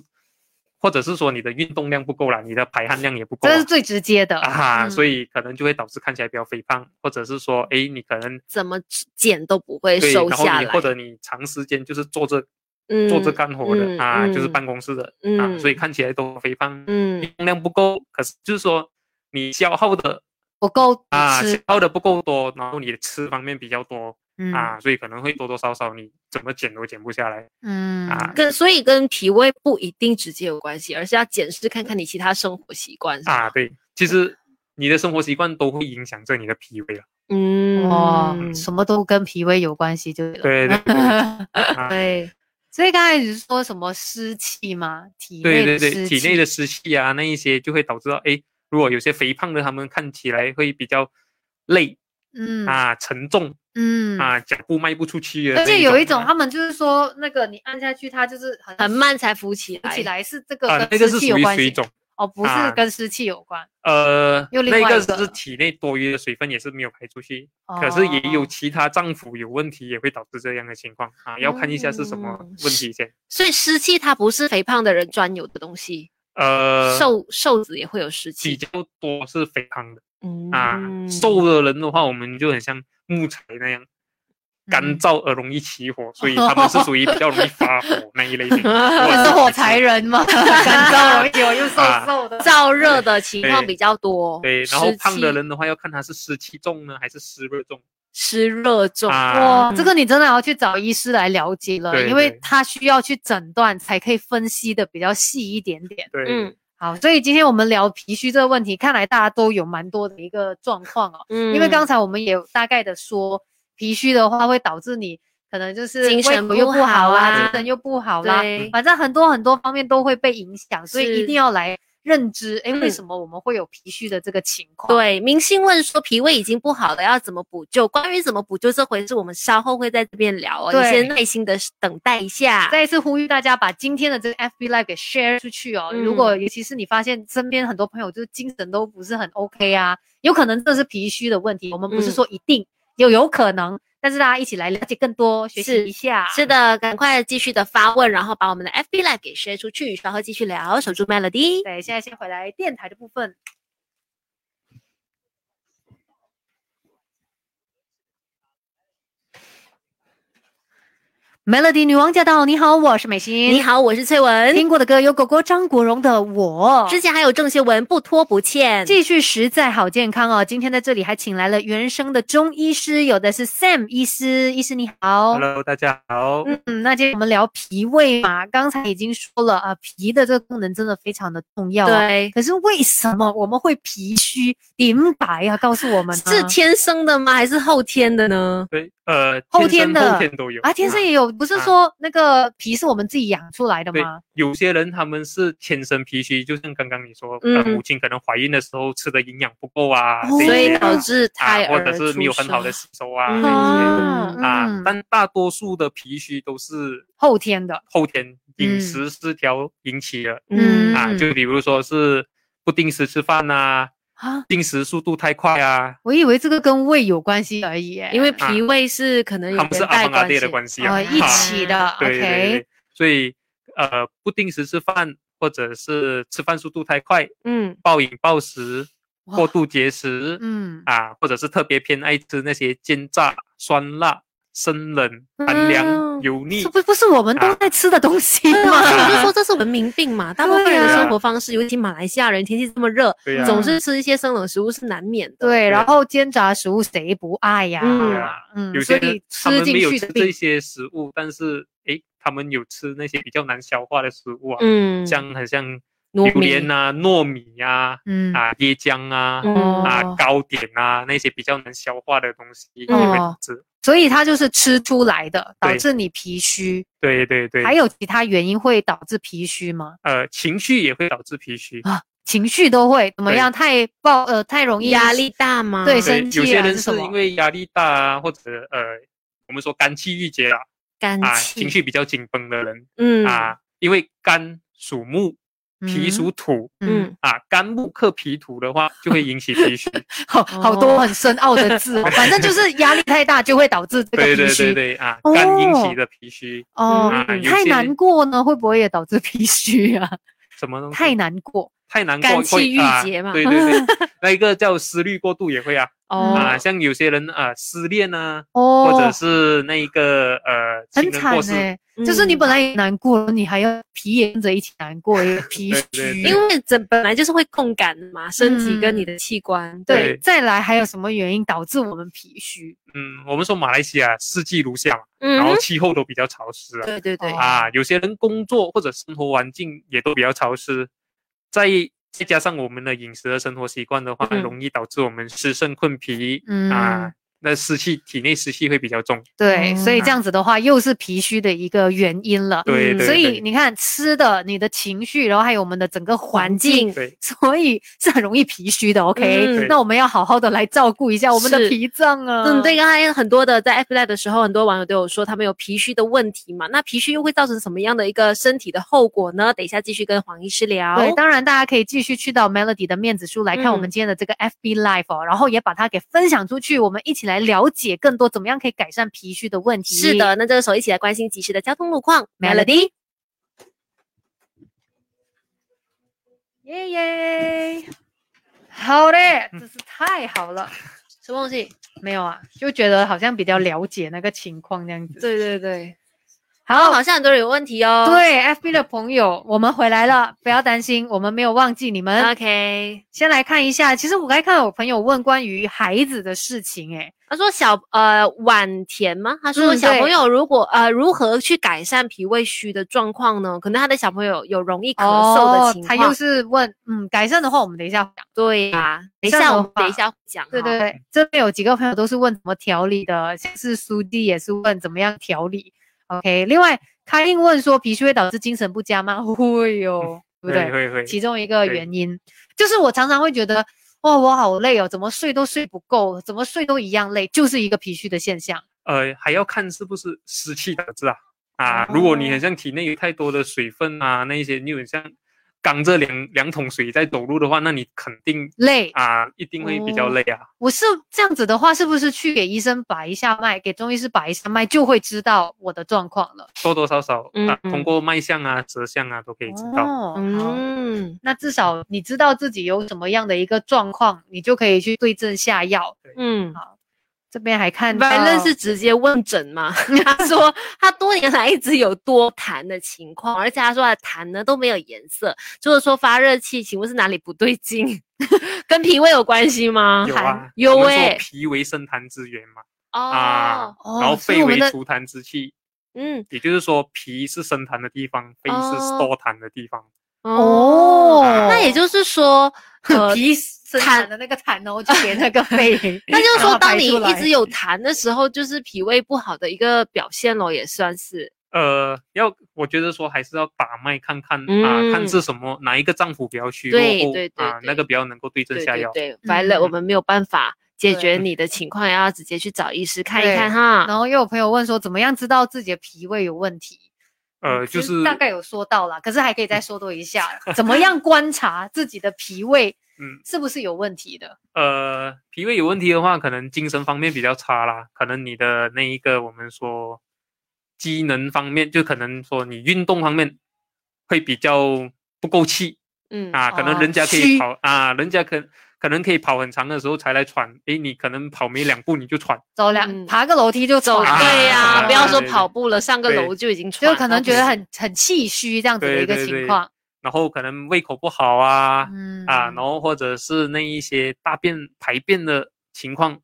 Speaker 1: 或者是说你的运动量不够啦，你的排汗量也不够
Speaker 2: 这
Speaker 1: 啊
Speaker 2: 是最直接的嗯
Speaker 3: 嗯
Speaker 1: 啊，所
Speaker 2: 以
Speaker 1: 以可能就会导致看起来比较肥胖，或者是说，诶，你可能
Speaker 3: 怎么减都不会
Speaker 1: 对，
Speaker 3: 瘦
Speaker 1: 然后
Speaker 3: 下
Speaker 1: 你
Speaker 3: 来，
Speaker 1: 或者你长时间就是坐着
Speaker 3: 嗯
Speaker 1: 坐着干活的、
Speaker 3: 嗯
Speaker 1: 啊，
Speaker 3: 嗯
Speaker 1: 就是办公室的、啊，
Speaker 3: 嗯
Speaker 1: 所以看起来都肥胖，
Speaker 3: 嗯
Speaker 1: 运动量不够，可是就是说你消耗的
Speaker 2: 不够
Speaker 1: 啊，消
Speaker 2: 吃
Speaker 1: 耗的不够多，然后你的吃方面比较多。
Speaker 2: 嗯
Speaker 1: 啊，所以可能会多多少少你怎么减都减不下来。
Speaker 2: 嗯
Speaker 1: 啊
Speaker 3: 跟所以跟脾胃不一定直接有关系，而是要检视看看你其他生活习惯是
Speaker 1: 啊，
Speaker 3: 吗，
Speaker 1: 对，其实你的生活习惯都会影响着你的脾胃了。
Speaker 3: 嗯，
Speaker 2: 哇，什么都跟脾胃有关系就对了。
Speaker 1: 对
Speaker 2: (laughs)
Speaker 1: 对对啊
Speaker 2: 对，所以刚才你是说什么湿气吗？体内
Speaker 1: 对对
Speaker 2: 的湿
Speaker 1: 对，
Speaker 2: 气
Speaker 1: 体内的湿气啊，那一些就会导致到，哎，如果有些肥胖的，他们看起来会比较累
Speaker 2: 嗯
Speaker 1: 啊、沉重
Speaker 2: 嗯，
Speaker 1: 啊、脚步迈不出去的。
Speaker 2: 而且有一
Speaker 1: 啊
Speaker 2: 种他们就是说那个你按下去，它就是很
Speaker 3: 很慢才浮起
Speaker 2: 浮
Speaker 3: 来，
Speaker 2: 起来，是这
Speaker 1: 啊，
Speaker 2: 个
Speaker 1: 那
Speaker 2: 跟
Speaker 1: 个
Speaker 2: 湿
Speaker 1: 是
Speaker 2: 气
Speaker 1: 属
Speaker 2: 有
Speaker 1: 于
Speaker 2: 关
Speaker 1: 水
Speaker 2: 系
Speaker 1: 肿。
Speaker 2: 哦，不是
Speaker 1: 啊
Speaker 2: 跟湿气有关。
Speaker 1: 呃，
Speaker 2: 又另
Speaker 1: 那
Speaker 2: 外一
Speaker 1: 个
Speaker 2: 个
Speaker 1: 是体内多余的水分也是没有排出去，
Speaker 2: 哦
Speaker 1: 可是也有其他脏腑有问题，也会导致这样的情况啊。要看一下是什么
Speaker 3: 嗯
Speaker 1: 问题先。
Speaker 3: 所以湿气它不是肥胖的人专有的东西，
Speaker 1: 呃，
Speaker 3: 瘦瘦子也会有湿
Speaker 1: 比
Speaker 3: 气，
Speaker 1: 较多是肥胖的
Speaker 3: 嗯
Speaker 1: 啊，瘦的人的话，我们就很像木材那样
Speaker 3: 嗯
Speaker 1: 干燥而容易起火，所以他们是属于比较容易发
Speaker 3: (laughs)
Speaker 1: 火那一类型。
Speaker 2: 你
Speaker 1: 我
Speaker 2: 是火柴人
Speaker 1: 啊
Speaker 2: 吗？干燥容易，我又瘦瘦的。
Speaker 3: 燥热的情况
Speaker 1: 对
Speaker 3: 比较多，
Speaker 1: 对，然后
Speaker 3: 湿
Speaker 1: 胖的
Speaker 3: 气
Speaker 1: 人的话，要看他是湿气重呢，还是湿热重
Speaker 3: 湿热重，
Speaker 1: 啊？
Speaker 2: 哇，这个你真的要去找医师来了解了，
Speaker 1: 对
Speaker 2: 因为
Speaker 1: 对
Speaker 2: 他需要去诊断，才可以分析的比较细一点点。
Speaker 1: 对
Speaker 3: 嗯，
Speaker 2: 好，所以今天我们聊脾虚这个问题，看来大家都有蛮多的一个状况哦。
Speaker 3: 嗯
Speaker 2: 因为刚才我们也有大概的说，脾虚的话会导致你可能就是
Speaker 3: 精神
Speaker 2: 胃口又
Speaker 3: 不
Speaker 2: 不好
Speaker 3: 好啊
Speaker 2: 啊，精神又不好啦、
Speaker 3: 对
Speaker 2: 反正很多很多方面都会被影响，所以
Speaker 3: 是
Speaker 2: 一定要来认知，哎，为
Speaker 3: 嗯
Speaker 2: 什么我们会有脾虚的这个情况？
Speaker 3: 对，明星问说脾胃已经不好了，要怎么补救？关于怎么补救这回事，我们稍后会在这边聊哦，你
Speaker 2: 对
Speaker 3: 先耐心的等待一下。
Speaker 2: 再一次呼吁大家把今天的这个 FB Live 给 share 出去哦。
Speaker 3: 嗯
Speaker 2: 如果尤其是你发现身边很多朋友就是精神都不是很 OK 啊，有可能这是脾虚的问题。我们不是
Speaker 3: 嗯
Speaker 2: 说一定，有有可能，但是大家一起来了解更多，学习
Speaker 3: 是
Speaker 2: 一下。
Speaker 3: 是的，赶快继续的发问，然后把我们的 FB Live 给 share 出去，稍后继续聊。守住 Melody，
Speaker 2: 对，现在先回来电台的部分。Melody 女王驾到！你好，我是美心。
Speaker 3: 你好，我是翠文。
Speaker 2: 听过的歌有狗狗张国荣的《我》，
Speaker 3: 之前还有郑秀文不拖不欠，
Speaker 2: 继续实在好健康哦。今天在这里还请来了原生的中医师，有的是 Sam 医师，医师你
Speaker 3: 哦
Speaker 2: 好。
Speaker 1: ，Hello，大家好。
Speaker 2: 嗯，那今天我们聊脾胃嘛，刚才已经说了啊，脾的这个功能真的非常的重要、啊。
Speaker 3: 对，
Speaker 2: 可是为什么我们会脾虚？明白啊，告诉我们、啊。
Speaker 3: 是天生的吗？还是后天的呢？
Speaker 1: 对，呃，
Speaker 2: 后
Speaker 1: 天
Speaker 2: 天
Speaker 1: 生
Speaker 2: 的
Speaker 1: 后天都有
Speaker 2: 啊，天生也有不是说那个皮是我们自己养出来的
Speaker 1: 对
Speaker 2: 吗？，
Speaker 1: 有些人他们是天生脾虚，就像刚刚你说，
Speaker 3: 嗯哦
Speaker 1: 呃，母亲可能怀孕的时候吃的营养不够啊，
Speaker 3: 所
Speaker 1: 这一
Speaker 3: 以
Speaker 1: 些
Speaker 3: 导
Speaker 1: 啊
Speaker 3: 致胎
Speaker 1: 啊，或
Speaker 3: 儿
Speaker 1: 者是没有
Speaker 3: 出
Speaker 1: 很好的
Speaker 3: 生
Speaker 1: 吸收啊
Speaker 3: 嗯
Speaker 1: 这一
Speaker 2: 啊
Speaker 1: 些啊
Speaker 2: 嗯，
Speaker 1: 但大多数的脾虚都是
Speaker 2: 后天的，
Speaker 1: 后天
Speaker 2: 嗯
Speaker 1: 饮食失调引起的
Speaker 3: 嗯
Speaker 1: 啊，就比如说是不定时吃饭呐，
Speaker 2: 啊，
Speaker 1: 进食速度太快啊，
Speaker 2: 我以为这个跟胃有关系而已耶，
Speaker 3: 因为脾胃是可能有
Speaker 1: 他们是
Speaker 3: 连
Speaker 1: 阿
Speaker 3: 带
Speaker 1: 方阿
Speaker 3: 关
Speaker 1: 爹
Speaker 3: 系
Speaker 1: 的关系啊，
Speaker 2: 哦一
Speaker 1: 啊
Speaker 2: 起的
Speaker 1: 对对
Speaker 2: ，OK，
Speaker 1: 对，所以呃，不定时吃饭或者是吃饭速度太快，
Speaker 3: 嗯
Speaker 1: 暴饮暴食、
Speaker 2: 哇
Speaker 1: 过度节食，
Speaker 2: 嗯
Speaker 1: 啊，或者是特别偏爱吃那些煎炸、酸辣、生冷、寒凉、
Speaker 3: 嗯
Speaker 1: 油腻
Speaker 2: 这。不不是我们都
Speaker 1: 啊
Speaker 2: 在吃的东 (laughs) 西
Speaker 3: 对
Speaker 1: (laughs)
Speaker 3: 啊，
Speaker 2: 吗？
Speaker 3: 所以就说这是文明病嘛。
Speaker 2: 啊
Speaker 3: 大部分人的生活方式，尤其马来西亚人，天气这么热，
Speaker 1: 对啊呀、
Speaker 3: 总是吃一些生冷食物是难免的。
Speaker 2: 对，然后煎炸食物谁不爱呀？
Speaker 3: 嗯
Speaker 1: 对啊
Speaker 2: 嗯
Speaker 1: 有，
Speaker 2: 所
Speaker 1: 些人
Speaker 2: 以
Speaker 1: 他
Speaker 2: 吃
Speaker 1: 们没
Speaker 2: 进
Speaker 1: 有
Speaker 2: 去
Speaker 1: 吃
Speaker 2: 的
Speaker 1: 这
Speaker 2: 病，
Speaker 1: 些食物，但是诶，他们有吃那些比较难消化的食物啊，
Speaker 3: 嗯，
Speaker 1: 像很像
Speaker 3: 糯
Speaker 1: 榴
Speaker 3: 米
Speaker 1: 莲啊、糯米呀、
Speaker 2: 嗯
Speaker 1: 啊、椰浆啊、
Speaker 3: 嗯
Speaker 1: 啊
Speaker 2: 哦
Speaker 1: 糕点啊那些比较难消化的东西，你会
Speaker 2: 哦
Speaker 1: 吃。
Speaker 2: 所以它就是吃出来的，导
Speaker 1: 对
Speaker 2: 致你脾虚。
Speaker 1: 对对对，
Speaker 2: 还有其他原因会导致脾虚吗？
Speaker 1: 呃，情绪也会导致脾虚。
Speaker 2: 啊情绪都会怎么
Speaker 1: 对
Speaker 2: 样？太暴呃，太容易
Speaker 3: 压力大嘛，
Speaker 1: 对
Speaker 2: 对生，气
Speaker 1: 有些
Speaker 2: 啊
Speaker 1: 人
Speaker 2: 是
Speaker 1: 是
Speaker 2: 什么
Speaker 1: 因为压力大啊，或者呃，我们说肝气郁结啦，
Speaker 3: 肝
Speaker 1: 啊，
Speaker 3: 气，
Speaker 1: 情绪比较紧绷的人
Speaker 3: 嗯
Speaker 1: 啊，因为肝属木，脾
Speaker 2: 嗯
Speaker 1: 属土
Speaker 2: 嗯，
Speaker 3: 嗯，
Speaker 1: 啊，肝木克脾土的话，就会引起脾虚。
Speaker 2: 好好多
Speaker 3: 哦
Speaker 2: 很深奥
Speaker 3: (laughs)
Speaker 2: 的字哦，反正就是压力太大就会导致这个
Speaker 1: 对对
Speaker 2: 脾
Speaker 1: 对
Speaker 2: 虚
Speaker 1: 对啊，肝引起的脾虚，
Speaker 2: 哦
Speaker 3: 嗯
Speaker 1: 啊。有
Speaker 2: 太
Speaker 1: 些
Speaker 2: 难过呢，会不会也导致脾虚啊？
Speaker 1: (laughs) 什么东西
Speaker 2: 太难过
Speaker 1: 太难
Speaker 3: 肝
Speaker 1: 过
Speaker 3: 气
Speaker 1: 会
Speaker 3: 郁
Speaker 1: 啊
Speaker 3: 结嘛
Speaker 1: 对对对，那一个叫思虑过度也会啊
Speaker 2: 嗯
Speaker 3: 哦
Speaker 1: 啊，像有些人啊失恋啊，
Speaker 2: 哦，
Speaker 1: 或者是那一个呃情
Speaker 2: 很
Speaker 1: 人
Speaker 2: 惨
Speaker 1: 过世，
Speaker 2: 哎，就是你
Speaker 3: 嗯
Speaker 2: 本来也难过了，你还要脾也跟着一起难过，
Speaker 1: (laughs)
Speaker 2: 也脾
Speaker 1: 对对
Speaker 2: 虚。
Speaker 1: 对
Speaker 3: 因为这本来就是会共感的嘛，身体跟
Speaker 2: 嗯
Speaker 3: 你的器官。
Speaker 2: 对
Speaker 1: 对
Speaker 2: 再来还有什么原因导致我们脾虚？
Speaker 1: 嗯，我们说马来西亚四季如夏嘛，
Speaker 3: 嗯
Speaker 1: 然后
Speaker 3: 哼，
Speaker 1: 气候都比较潮湿啊。
Speaker 3: 对对对
Speaker 2: 哦，
Speaker 1: 啊，有些人工作或者生活环境也都比较潮湿，再再加上我们的饮食和生活习惯的话，
Speaker 3: 嗯
Speaker 1: 容易导致我们湿肾困脾、
Speaker 2: 嗯，
Speaker 1: 啊，那湿气体内湿气会比较重。
Speaker 2: 对，
Speaker 3: 哦
Speaker 2: 所以这样子的话，又是脾虚的一个原因了。
Speaker 1: 对
Speaker 3: 嗯
Speaker 1: 对
Speaker 2: 所以
Speaker 1: 对
Speaker 2: 你看，吃的、你的情绪，然后还有我们的整个环
Speaker 3: 环
Speaker 2: 境，
Speaker 3: 境
Speaker 1: 对
Speaker 2: 所以是很容易脾虚的。OK，、
Speaker 3: 嗯
Speaker 2: 那我们要好好的来照顾一下我们的
Speaker 3: 是
Speaker 2: 脾脏啊。
Speaker 3: 嗯，对，，刚才很多的在 F Live 的时候，很多网友都有说他们有脾虚的问题嘛，那脾虚又会造成什么样的一个身体的后果呢？等一下继续跟黄医师聊。
Speaker 2: 对，当然大家可以继续去到 Melody 的面子书来看我们
Speaker 3: 嗯
Speaker 2: 今天的这个 FB Live 哦，然后也把它给分享出去，我们一起来了解更多怎么样可以改善脾虚的问题。
Speaker 3: 是的，那这个时候一起来关心及时的交通路况。Melody，
Speaker 2: 耶耶，好嘞，真是太好了。
Speaker 3: 什么东西？
Speaker 2: 没有啊，就觉得好像比较了解那个情况这样子。
Speaker 3: 对对对，哦，
Speaker 2: 好，
Speaker 3: 好像很多人有问题哦。
Speaker 2: 对 FB 的朋友，我们回来了，不要担心，我们没有忘记你
Speaker 3: 啊
Speaker 2: 们。
Speaker 3: ，OK。
Speaker 2: 先来看一下，其实我刚才看到有朋友问关于孩子的事情、欸诶，
Speaker 3: 他说小呃晚甜吗？他说
Speaker 2: 嗯
Speaker 3: 小
Speaker 2: 对
Speaker 3: 朋友如果、呃如何去改善脾胃虚的状况呢？可能他的小朋友有容易咳
Speaker 2: 哎，
Speaker 3: 嗽的情
Speaker 2: 他
Speaker 3: 况。
Speaker 2: 又是问，嗯，改善的话，我们等一下讲。
Speaker 3: 对啊，等一
Speaker 2: 这样
Speaker 3: 下
Speaker 2: 的
Speaker 3: 我们等一
Speaker 2: 话
Speaker 3: 下讲。
Speaker 2: 对对，对，这边有几个朋友都是问怎么调理的，像是苏弟也是问怎么样调理。OK，另外开印问说脾虚会导致精神不佳吗？ (laughs) 会哟、对不对？
Speaker 1: 会会
Speaker 2: 其中一个
Speaker 1: 对
Speaker 2: 原因，就是我常常会觉得，哦，我好累哦，怎么睡都睡不够，怎么睡都一样累，就是一个脾虚的现象。
Speaker 1: 呃还要看是不是湿气导致啊啊，如果
Speaker 2: 哦
Speaker 1: 你很像体内有太多的水分啊，那一些你很像扛着两两桶水在走路的话，那你肯定
Speaker 2: 累，
Speaker 1: 啊一定会比较
Speaker 2: 哦
Speaker 1: 累啊。
Speaker 2: 我是这样子的话，是不是去给医生把一下脉，给中医师把一下脉，就会知道我的状况了？
Speaker 1: 多多少少
Speaker 3: 嗯
Speaker 1: 啊，
Speaker 3: 嗯
Speaker 1: 通过脉象啊、舌象啊都可以知道。
Speaker 2: 哦，好
Speaker 3: 嗯
Speaker 2: 那至少你知道自己有什么样的一个状况，你就可以去对症下药。
Speaker 3: 嗯
Speaker 2: 这边还看到
Speaker 3: Valen 是直接问诊
Speaker 2: (laughs)
Speaker 3: 嘛？他说他多年来一直有多痰的情况，而且他说他的痰呢都没有颜色，就是说发热气，请问是哪里不对劲？ (laughs) 跟脾胃有关系吗？
Speaker 1: 有
Speaker 3: 寒
Speaker 1: 啊，
Speaker 3: 有
Speaker 1: 我们
Speaker 3: 哎
Speaker 1: 说、脾为生痰之源嘛，
Speaker 3: 哦
Speaker 1: 啊，
Speaker 2: 欸哦
Speaker 1: 然后
Speaker 2: 所以
Speaker 1: 肺
Speaker 2: 我们
Speaker 1: 为
Speaker 2: 的
Speaker 1: 除痰之器，
Speaker 3: 嗯
Speaker 1: 也就是说脾是生痰的地方，肺是
Speaker 3: 哦
Speaker 1: 收痰的地方。
Speaker 3: 哦，
Speaker 2: 哦，
Speaker 1: 啊
Speaker 2: (laughs)
Speaker 3: (laughs) 那也就是说，呃，，
Speaker 2: 脾生产的那个痰，然后就给那个肺
Speaker 3: (laughs)
Speaker 2: (laughs)
Speaker 3: 那就是
Speaker 2: 然
Speaker 3: 说，
Speaker 2: 后
Speaker 3: 当
Speaker 2: 排
Speaker 3: 你
Speaker 2: 出
Speaker 3: 一
Speaker 2: 来
Speaker 3: 直有痰的时候，就是脾胃不好的一个表现咯，也算是。
Speaker 1: 呃，要我觉得说还是要打脉看看啊、
Speaker 3: 嗯
Speaker 1: 看是什么哪一个脏腑比较虚弱
Speaker 3: 对
Speaker 1: 后
Speaker 3: 对对
Speaker 1: 啊，那
Speaker 3: 对
Speaker 1: 个比较能够对症
Speaker 3: 对
Speaker 1: 下
Speaker 3: 对
Speaker 1: 药。
Speaker 3: 对，完了我
Speaker 1: 嗯
Speaker 3: 们没有办法解
Speaker 2: 对
Speaker 3: 决你的情况，要直接去找医师看一
Speaker 2: 对
Speaker 3: 看哈。
Speaker 2: 然后又有朋友问说，怎么样知道自己的脾胃有问题？
Speaker 1: 呃，
Speaker 2: 嗯其
Speaker 1: 就
Speaker 2: 实
Speaker 1: 是
Speaker 2: 大概有说到啦，可是还可以再说多一下，
Speaker 1: (laughs)
Speaker 2: 怎么样观察自己的脾胃
Speaker 1: 嗯
Speaker 2: 是不是有问题的？
Speaker 1: 呃，脾胃有问题的话，可能精神方面比较差啦，可能你的那一个我们说机能方面，就可能说你运动方面会比较不够气
Speaker 3: 嗯
Speaker 1: 啊，可能
Speaker 2: 哦
Speaker 1: 人家可
Speaker 2: 虚
Speaker 1: 以跑、啊，人家可可能可以跑很长的时候才来喘，诶，你可能跑没两步你就喘，
Speaker 2: 走两、
Speaker 3: 嗯
Speaker 2: 爬个楼梯就
Speaker 3: 走
Speaker 2: 走，
Speaker 1: 啊
Speaker 3: 对呀、
Speaker 1: 对
Speaker 3: 不要说
Speaker 1: 对对
Speaker 3: 跑步了，上个
Speaker 1: 对
Speaker 3: 楼就已经喘
Speaker 2: 就
Speaker 3: 了，
Speaker 2: 可能觉得很很气虚这样子的一个
Speaker 1: 对对对
Speaker 2: 情况。
Speaker 1: 然后可能胃口不好啊，
Speaker 2: 嗯
Speaker 1: 啊，然后或者是那一些大便排便的情况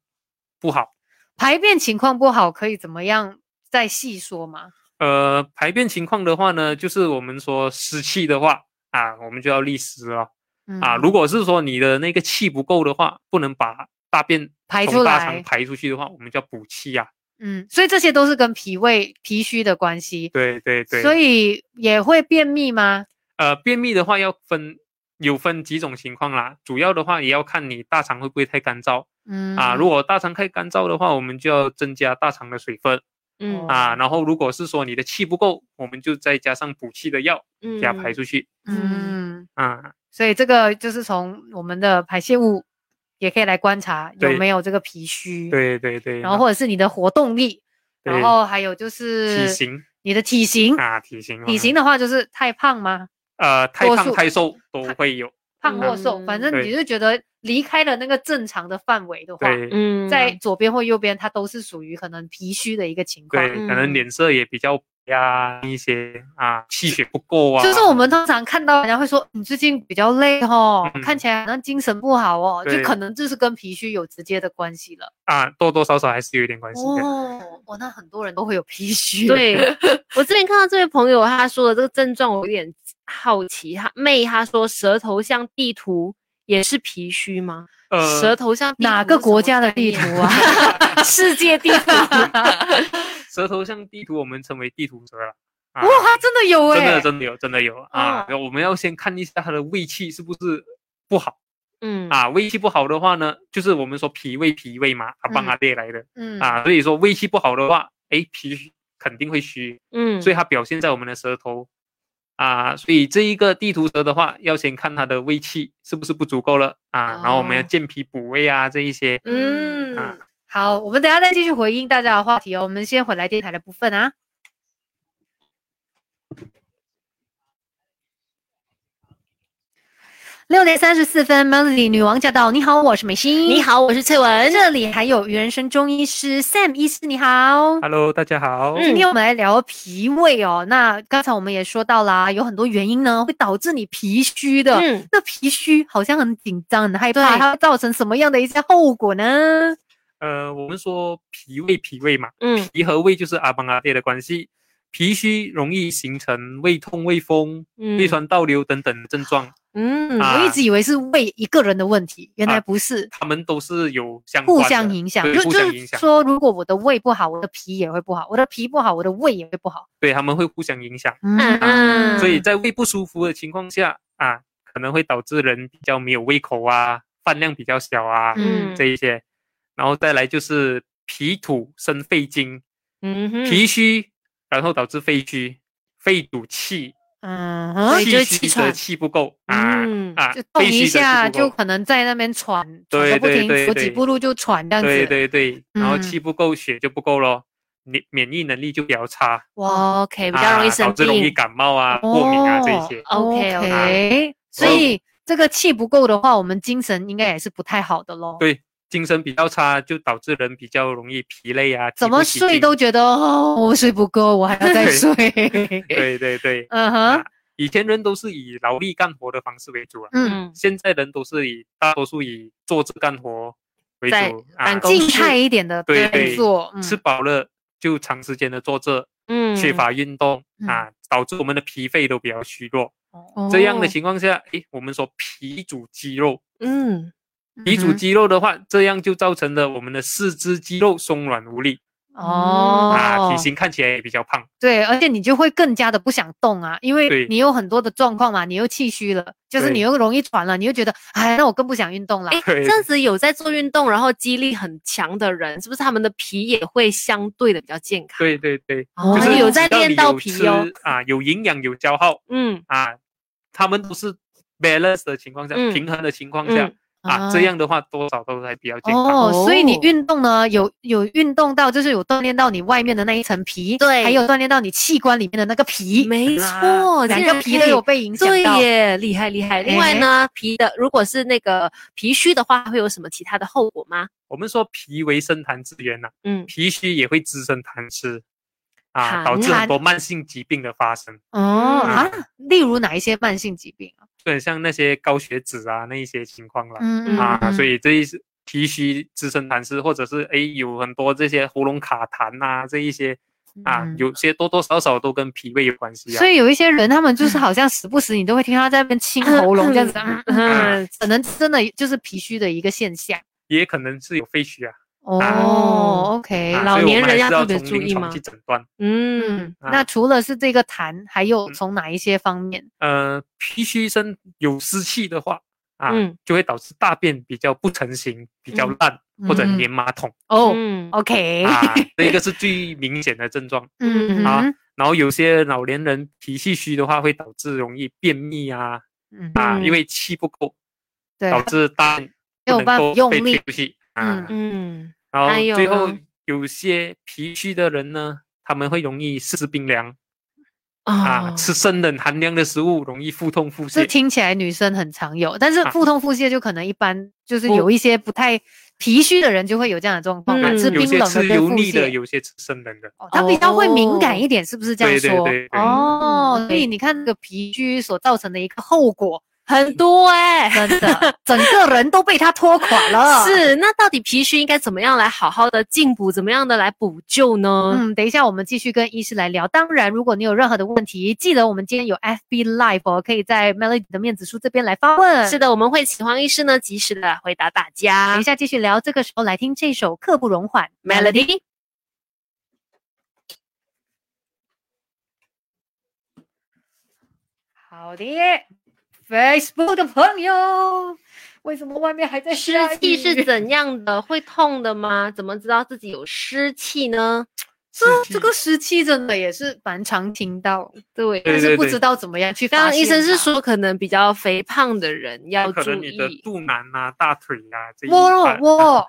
Speaker 1: 不好。
Speaker 2: 排便情况不好可以怎么样再细说吗？
Speaker 1: 呃，排便情况的话呢，就是我们说湿气的话啊，我们就要利湿了
Speaker 2: 嗯
Speaker 1: 啊。如果是说你的那个气不够的话，不能把大便
Speaker 2: 排
Speaker 1: 从
Speaker 2: 出
Speaker 1: 大肠
Speaker 2: 来
Speaker 1: 排出去的话，我们叫补气啊。
Speaker 2: 嗯，所以这些都是跟脾胃脾虚的关系，
Speaker 1: 对对对。
Speaker 2: 所以也会便秘吗？
Speaker 1: 呃，便秘的话要分有分几种情况啦，主要的话也要看你大肠会不会太干燥
Speaker 2: 嗯
Speaker 1: 啊。如果大肠太干燥的话，我们就要增加大肠的水分。
Speaker 2: 哦
Speaker 3: 嗯
Speaker 1: 啊，然后如果是说你的气不够，我们就再加上补气的药
Speaker 3: 嗯
Speaker 1: 给它排出去。
Speaker 2: 嗯
Speaker 1: 啊，
Speaker 2: 所以这个就是从我们的排泄物也可以来观察有
Speaker 1: 对
Speaker 2: 没有这个脾虚，，
Speaker 1: 对对对。
Speaker 2: 然后或者是你的活动力，然
Speaker 1: 对
Speaker 2: 后还有就
Speaker 1: 体
Speaker 2: 是
Speaker 1: 型
Speaker 2: 你的体型，
Speaker 1: 啊，体型，
Speaker 2: 体型的话就是太胖吗？
Speaker 1: 呃，太
Speaker 2: 多
Speaker 1: 胖
Speaker 2: 数
Speaker 1: 太瘦都会有。
Speaker 2: 胖或瘦，反正
Speaker 1: 嗯
Speaker 2: 你就觉得离开了那个正常的范围的话，
Speaker 1: 对对，
Speaker 3: 嗯
Speaker 2: 在 (laughs) 左边或右边它都是属于可能脾虚的一个情况。
Speaker 1: 可能
Speaker 3: 嗯
Speaker 1: 脸色也比较白啊，一些啊，气血不够啊。
Speaker 2: 就是我们通常看到人家会说你最近比较累哦，
Speaker 1: 嗯
Speaker 2: 看起来好像精神不好哦，就
Speaker 1: 对
Speaker 2: 可能就是跟脾虚有直接的关系了。
Speaker 1: 啊，多多少少还是有一点关系的。
Speaker 2: 哦，哇，那很多人都会有脾虚。 (laughs)
Speaker 3: 对我之前看到这位朋友他说的这个症状，我有点好奇。他妹他说舌头像地图，也是脾虚吗？
Speaker 1: 呃，
Speaker 3: 舌头像地
Speaker 2: 哪
Speaker 3: 图
Speaker 2: 个
Speaker 3: 是什
Speaker 2: 国
Speaker 3: 么
Speaker 2: 家的
Speaker 3: 概
Speaker 2: 地
Speaker 3: 念
Speaker 2: 图？啊？ (laughs)
Speaker 3: 世界地 (laughs) 图。
Speaker 1: 啊舌头像地图，我们称为地图舌了。啊
Speaker 2: 哇，真的有哎、
Speaker 1: 真的真的有，真的有
Speaker 3: 嗯
Speaker 1: 啊！我们要先看一下他的胃气是不是不好。
Speaker 3: 嗯
Speaker 1: 啊，胃气不好的话呢，就是我们说脾胃脾胃
Speaker 3: 嗯
Speaker 1: 嘛，阿棒阿烈来的、
Speaker 2: 嗯
Speaker 1: 啊，所以说胃气不好的话，哎，脾虚肯定会虚，
Speaker 3: 嗯，
Speaker 1: 所以它表现在我们的舌头啊，所以这一个地图舌的话，要先看它的胃气是不是不足够了啊，然后我们要
Speaker 3: 哦
Speaker 1: 健脾补胃啊这一些，
Speaker 3: 嗯
Speaker 1: 啊
Speaker 2: 好，我们等一下再继续回应大家的话题哦。我们先回来电台的部分啊。六点三十四分，Melody 女王驾到！你好，我是美心。
Speaker 3: 你，好，我是翠文。
Speaker 2: 这里还有原生中医师 Sam 医师，你好。
Speaker 1: Hello，大家好，
Speaker 3: 嗯
Speaker 2: 今天我们来聊脾胃哦。那刚才我们也说到啦，有很多原因呢会导致你脾虚的。
Speaker 3: 嗯，
Speaker 2: 那脾虚好像很紧张、很害怕，
Speaker 3: 对
Speaker 2: 它会造成什么样的一些后果呢？
Speaker 1: 呃，我们说脾胃脾胃嘛，
Speaker 3: 嗯
Speaker 1: 脾和胃就是阿帮阿烈的关系。脾虚容易形成胃痛、胃风、
Speaker 3: 嗯，
Speaker 1: 胃酸倒流等等症状，
Speaker 3: 嗯
Speaker 1: 啊
Speaker 2: 我一直以为是胃一个人的问题，原来不是，
Speaker 1: 它们都是有相
Speaker 2: 互
Speaker 1: 关
Speaker 2: 相
Speaker 1: 的
Speaker 2: 影响。
Speaker 1: 对
Speaker 2: 就
Speaker 1: 互
Speaker 2: 就
Speaker 1: 相
Speaker 2: 是
Speaker 1: 影响
Speaker 2: 说，如果我的胃不好，我的脾也会不好；我的脾不好，我的胃也会不好。
Speaker 1: 对，他们会互相影响。
Speaker 2: 嗯，
Speaker 3: 嗯
Speaker 1: 啊所以在胃不舒服的情况下啊，可能会导致人比较没有胃口啊，饭量比较小啊、
Speaker 3: 嗯
Speaker 1: 这一些。然后再来就是脾土生肺经，
Speaker 3: 嗯哼
Speaker 1: 脾虚，然后导致肺虚，肺堵气，
Speaker 2: 嗯
Speaker 3: 所
Speaker 2: 哼，
Speaker 3: 以
Speaker 1: 气
Speaker 3: 就是气
Speaker 1: 虚则
Speaker 3: 喘
Speaker 1: 气不够啊、
Speaker 3: 嗯
Speaker 1: 啊
Speaker 2: 就，动
Speaker 1: 肺
Speaker 2: 一
Speaker 1: 虚则
Speaker 2: 下
Speaker 1: 气不
Speaker 2: 就
Speaker 1: 够。
Speaker 2: 可能在那边喘，喘
Speaker 1: 对
Speaker 2: 个不
Speaker 1: 对
Speaker 2: 停，
Speaker 1: 对
Speaker 2: 走
Speaker 1: 对
Speaker 2: 几步路就喘这样子。
Speaker 1: 对对对，然后
Speaker 2: 嗯
Speaker 1: 气不够，血就不够咯，免免疫能力就比较差，
Speaker 3: ，OK，比较容
Speaker 1: 啊、
Speaker 3: 易
Speaker 1: 导
Speaker 3: 生
Speaker 1: 致容易
Speaker 3: 病。
Speaker 1: 感冒啊、过敏啊这一
Speaker 2: 哦
Speaker 1: 些。哦
Speaker 3: OK，OK
Speaker 2: OK，所以这个气不够的话，我们精神应该也是不太好的咯。
Speaker 1: 对精神比较差，就导致人比较容易疲累啊，提
Speaker 2: 怎
Speaker 1: 不
Speaker 2: 么
Speaker 1: 起
Speaker 2: 睡
Speaker 1: 劲
Speaker 2: 都觉得哦，我睡不够，我还要再
Speaker 1: 对
Speaker 2: 睡。 (laughs)
Speaker 1: 对对对。
Speaker 2: 嗯
Speaker 1: 啊
Speaker 2: 哼，，
Speaker 1: 以前人都是以劳力干活的方式为主啊，
Speaker 2: 嗯。
Speaker 3: 嗯，
Speaker 1: 现在人都是以大多数以坐着干活为
Speaker 3: 在
Speaker 1: 主
Speaker 3: 办
Speaker 1: 啊，
Speaker 3: 公
Speaker 2: 静
Speaker 3: 室
Speaker 2: 态一点的
Speaker 1: 对
Speaker 2: 动
Speaker 1: 对
Speaker 2: 作，嗯
Speaker 1: 吃饱了就长时间的坐着，
Speaker 3: 嗯，
Speaker 1: 缺乏运动
Speaker 2: 嗯
Speaker 1: 啊，导致我们的脾肺都比较虚弱。这样的
Speaker 3: 哦
Speaker 1: 情况下，诶，我们说脾主肌肉，
Speaker 3: 嗯
Speaker 1: 鼻
Speaker 2: 嗯
Speaker 1: 组
Speaker 2: 哼
Speaker 1: 肌肉的话，这样就造成了我们的四肢肌肉松软无力、
Speaker 2: 哦、
Speaker 1: 啊，体型看起来也比较胖。
Speaker 2: 对，而且你就会更加的不想动啊，因为
Speaker 1: 对
Speaker 2: 你有很多的状况嘛，你又气虚了，就是
Speaker 1: 对
Speaker 2: 你又容易喘了，你又觉得哎，那我更不想运动了。
Speaker 3: 哎，
Speaker 1: 对
Speaker 3: 这
Speaker 2: (laughs)
Speaker 3: 样子有在做运动，然后肌力很强的人，是不是他们的皮也会相对的比较健康？
Speaker 1: 对对对，
Speaker 3: 哦，
Speaker 1: 就是
Speaker 3: 有在
Speaker 1: 只要
Speaker 3: 练
Speaker 1: 你
Speaker 3: 到
Speaker 1: 有
Speaker 3: 皮哦
Speaker 1: 吃。啊，有营养有消耗
Speaker 3: 嗯
Speaker 1: 啊，他们都是 balance 的情况下，
Speaker 3: 嗯
Speaker 1: 平衡的情况下
Speaker 3: 嗯，
Speaker 1: 啊，这样的话多少都还比较健康。
Speaker 2: 哦，所以你
Speaker 3: 哦
Speaker 2: 运动呢，有有运动到，就是有锻炼到你外面的那一层皮，
Speaker 3: 对
Speaker 2: 还有锻炼到你器官里面的那个皮，
Speaker 3: 没
Speaker 1: 啊
Speaker 3: 错，
Speaker 2: 两
Speaker 3: 竟
Speaker 2: 个
Speaker 3: 然
Speaker 2: 皮
Speaker 3: 可
Speaker 2: 都
Speaker 3: 以
Speaker 2: 有被影响
Speaker 3: 对
Speaker 2: 到。
Speaker 3: 耶，厉害厉害。另外呢，皮的如果是那个脾虚的话，会有什么其他的后果吗？
Speaker 1: 我们说脾为生痰之源呐、啊
Speaker 3: 嗯，
Speaker 1: 脾虚也会滋生痰湿，啊，
Speaker 3: 痰
Speaker 1: 导致
Speaker 2: 痰
Speaker 1: 很多慢性疾病的发生，
Speaker 2: 哦啊，
Speaker 1: 嗯
Speaker 2: 例如哪一些慢性疾病啊？
Speaker 1: 对，像那些高血脂啊那一些情况啦，
Speaker 2: 嗯
Speaker 1: 啊，所
Speaker 2: 以
Speaker 1: 以这一是脾虚滋生痰湿，或者是诶有很多这些喉咙卡痰啊这一些啊，
Speaker 3: 嗯
Speaker 2: 嗯
Speaker 1: 有些多多少少都跟脾胃有关系啊。
Speaker 2: 所以有一些人，他们就是好像时不时你都会听他在那边清喉咙这样子，嗯嗯
Speaker 3: 嗯，
Speaker 2: 可能真的就是脾虚的一个现象。
Speaker 1: 也可能是有肺虚啊，
Speaker 2: 哦，OK，
Speaker 1: 啊
Speaker 2: 老
Speaker 1: 所以我
Speaker 3: 年
Speaker 1: 们还
Speaker 3: 人
Speaker 1: 是
Speaker 3: 要特别
Speaker 1: 从
Speaker 3: 注
Speaker 1: 临
Speaker 3: 意
Speaker 1: 床
Speaker 3: 吗
Speaker 1: 去诊断。
Speaker 3: 嗯
Speaker 2: 嗯，那
Speaker 1: 啊嗯
Speaker 2: 除了是这个痰，还有从哪一些方面？
Speaker 1: 呃，脾虚身有湿气的话啊，
Speaker 3: 嗯
Speaker 1: 就会导致大便比较不成形、比较
Speaker 3: 嗯
Speaker 1: 烂、或者
Speaker 2: 嗯
Speaker 1: 粘马桶
Speaker 2: 哦
Speaker 3: 嗯
Speaker 2: ，OK， (laughs)
Speaker 1: 啊，这个是最明显的症状。
Speaker 2: 嗯
Speaker 1: 啊
Speaker 2: 哼
Speaker 1: 然后有些老年人脾气虚的话，会导致容易便秘啊
Speaker 2: 嗯哼，
Speaker 1: 啊，
Speaker 3: 嗯
Speaker 1: 因为气不够，
Speaker 2: 对，
Speaker 1: 导致大便
Speaker 2: 没有
Speaker 1: 不
Speaker 2: 办
Speaker 1: 能
Speaker 2: 法
Speaker 1: 够
Speaker 2: 用
Speaker 1: 被
Speaker 2: 力
Speaker 1: 推出去啊。
Speaker 3: 嗯，
Speaker 1: 然后
Speaker 3: 还有
Speaker 1: 最后
Speaker 3: 呢
Speaker 1: 有些脾虚的人呢，他们会容易吃冰凉啊
Speaker 2: 哦
Speaker 3: 啊，，
Speaker 1: 吃生冷寒凉的食物容易腹痛腹
Speaker 2: 这
Speaker 1: 泻。
Speaker 2: 听起来女生很常有，但是
Speaker 1: 啊
Speaker 2: 腹痛腹泻就可能一般就是
Speaker 1: 不
Speaker 2: 有一些不太脾虚的人就会有这样的状况嘛，
Speaker 3: 嗯
Speaker 2: 吃
Speaker 1: 有
Speaker 2: 冰
Speaker 1: 些
Speaker 2: 冷的
Speaker 1: 吃
Speaker 2: 跟
Speaker 1: 油
Speaker 2: 腹
Speaker 1: 腻的，
Speaker 2: 泻。
Speaker 1: 有些吃生冷的。
Speaker 2: 哦，他比较会敏感一点，是不是这样
Speaker 1: 对对
Speaker 2: 说
Speaker 1: 对？对
Speaker 2: 哦
Speaker 3: 嗯，
Speaker 2: 所以你看这个脾虚所造成的一个后果，
Speaker 3: 很多哎、
Speaker 2: 真的 (laughs) 整个人都被他拖垮 (laughs) 了。，
Speaker 3: 是，那到底脾虚应该怎么样来好好的进补，怎么样的来补救呢？
Speaker 2: 嗯，等一下我们继续跟医师来聊。当然，如果你有任何的问题，记得我们今天有 FB Live 哦，可以在 Melody 的面子书这边来发问。
Speaker 3: 是的，我们会请黄医师呢及时的回答大
Speaker 2: 等
Speaker 3: 家
Speaker 2: 一。下继续聊。这个时候来听这首《刻不容缓》
Speaker 3: Melody。
Speaker 2: 好的，Facebook 的朋友，为什么外面还在
Speaker 3: 湿
Speaker 2: 下
Speaker 3: 气
Speaker 2: 雨？
Speaker 3: 是怎样的？会痛的吗？怎么知道自己有湿气呢？
Speaker 1: 是
Speaker 2: 这个湿气真的也是蛮常听到，
Speaker 3: 对，
Speaker 2: 但是
Speaker 1: 对
Speaker 2: 不
Speaker 1: 对
Speaker 2: 知道怎么样去
Speaker 3: 刚
Speaker 2: 发
Speaker 3: 刚
Speaker 2: 现它。
Speaker 3: 医生是说，可能比较肥胖的人要
Speaker 1: 可
Speaker 3: 注
Speaker 1: 能你的
Speaker 3: 意。
Speaker 1: 肚腩啊、大腿啊这一
Speaker 2: 哇
Speaker 1: 块，
Speaker 2: 哇，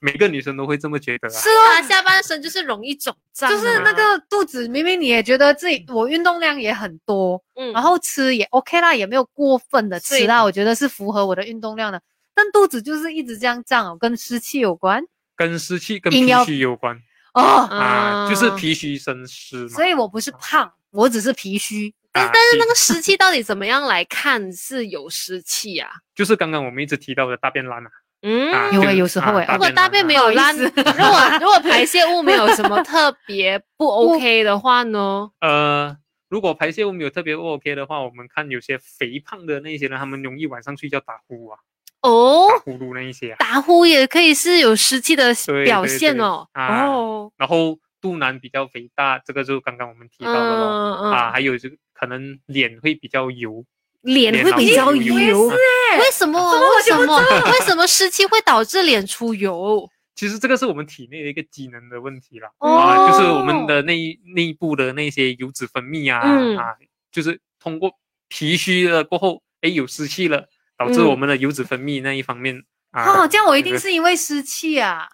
Speaker 1: 每个女生都会这么觉得啊。
Speaker 2: 是
Speaker 3: 他
Speaker 2: 啊，
Speaker 3: 下半身就是容易肿胀啊，
Speaker 2: 就是那个肚子，明明你也觉得自己我运动量也很多，
Speaker 3: 嗯，
Speaker 2: 然后吃也 OK 啦，也没有过分的吃啦，我觉得是符合我的运动量的。但肚子就是一直这样胀哦，跟湿气有关
Speaker 1: 跟湿气跟
Speaker 2: 硬
Speaker 1: 脾
Speaker 2: 要
Speaker 1: 虚有关
Speaker 2: 哦，
Speaker 1: 啊，就是
Speaker 3: 嗯
Speaker 1: 脾虚生湿嘛
Speaker 2: 所。以我不是胖，我只是脾虚。
Speaker 1: 啊
Speaker 3: 但是那
Speaker 1: 脾
Speaker 3: 个湿气到底怎么样来看是有湿气啊？
Speaker 1: 就是刚刚我们一直提到的大便烂啊，啊
Speaker 3: 嗯，
Speaker 1: 就
Speaker 2: 有欸
Speaker 1: 是
Speaker 2: 有时候
Speaker 1: 啊
Speaker 2: 欸
Speaker 3: 如果大便
Speaker 1: 烂啊
Speaker 3: 没有拉，
Speaker 2: 不好
Speaker 3: 如
Speaker 2: 意思
Speaker 3: 果如果排泄物没有什么特别 (laughs) 不 OK 的话呢？
Speaker 1: 呃，如果排泄物没有特别不 OK 的话，我们看有些肥胖的那些人，他们容易晚上睡觉打呼啊，
Speaker 3: 哦
Speaker 1: 打，呼噜那一些啊，
Speaker 3: 打呼也可以是有湿气的
Speaker 1: 对
Speaker 3: 哦表
Speaker 1: 对
Speaker 3: 现
Speaker 1: 对
Speaker 3: 哦。
Speaker 1: 啊
Speaker 3: 哦，
Speaker 1: 然后肚腩比较肥大，这个就刚刚我们提到的咯。
Speaker 3: 嗯嗯，
Speaker 1: 啊，还有就可能脸会比较油，
Speaker 3: 脸会
Speaker 1: 老
Speaker 3: 比较
Speaker 1: 油
Speaker 3: 油
Speaker 1: 啊。
Speaker 3: 为什么？为什么？为什么湿气会导致脸出油？
Speaker 1: 其实这个是我们体内的一个机能的问题啦，
Speaker 2: 哦
Speaker 1: 啊，就是我们的内内部的那些油脂分泌啊、
Speaker 3: 嗯
Speaker 1: 啊，就是通过脾虚了过后，哎，有湿气了，导致我
Speaker 3: 嗯
Speaker 1: 们的油脂分泌那一方面、啊，
Speaker 2: 哦，这样我一定
Speaker 1: 就是
Speaker 2: 因为湿气啊，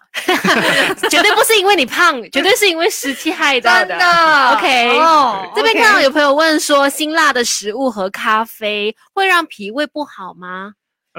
Speaker 3: 绝对不是因为你胖，绝对是因为湿气害到
Speaker 2: 真
Speaker 3: 的。
Speaker 2: 的。
Speaker 3: OK
Speaker 2: 哦
Speaker 3: 这边看到
Speaker 2: OK
Speaker 3: 有朋友问说，辛辣的食物和咖啡会让脾胃不好吗？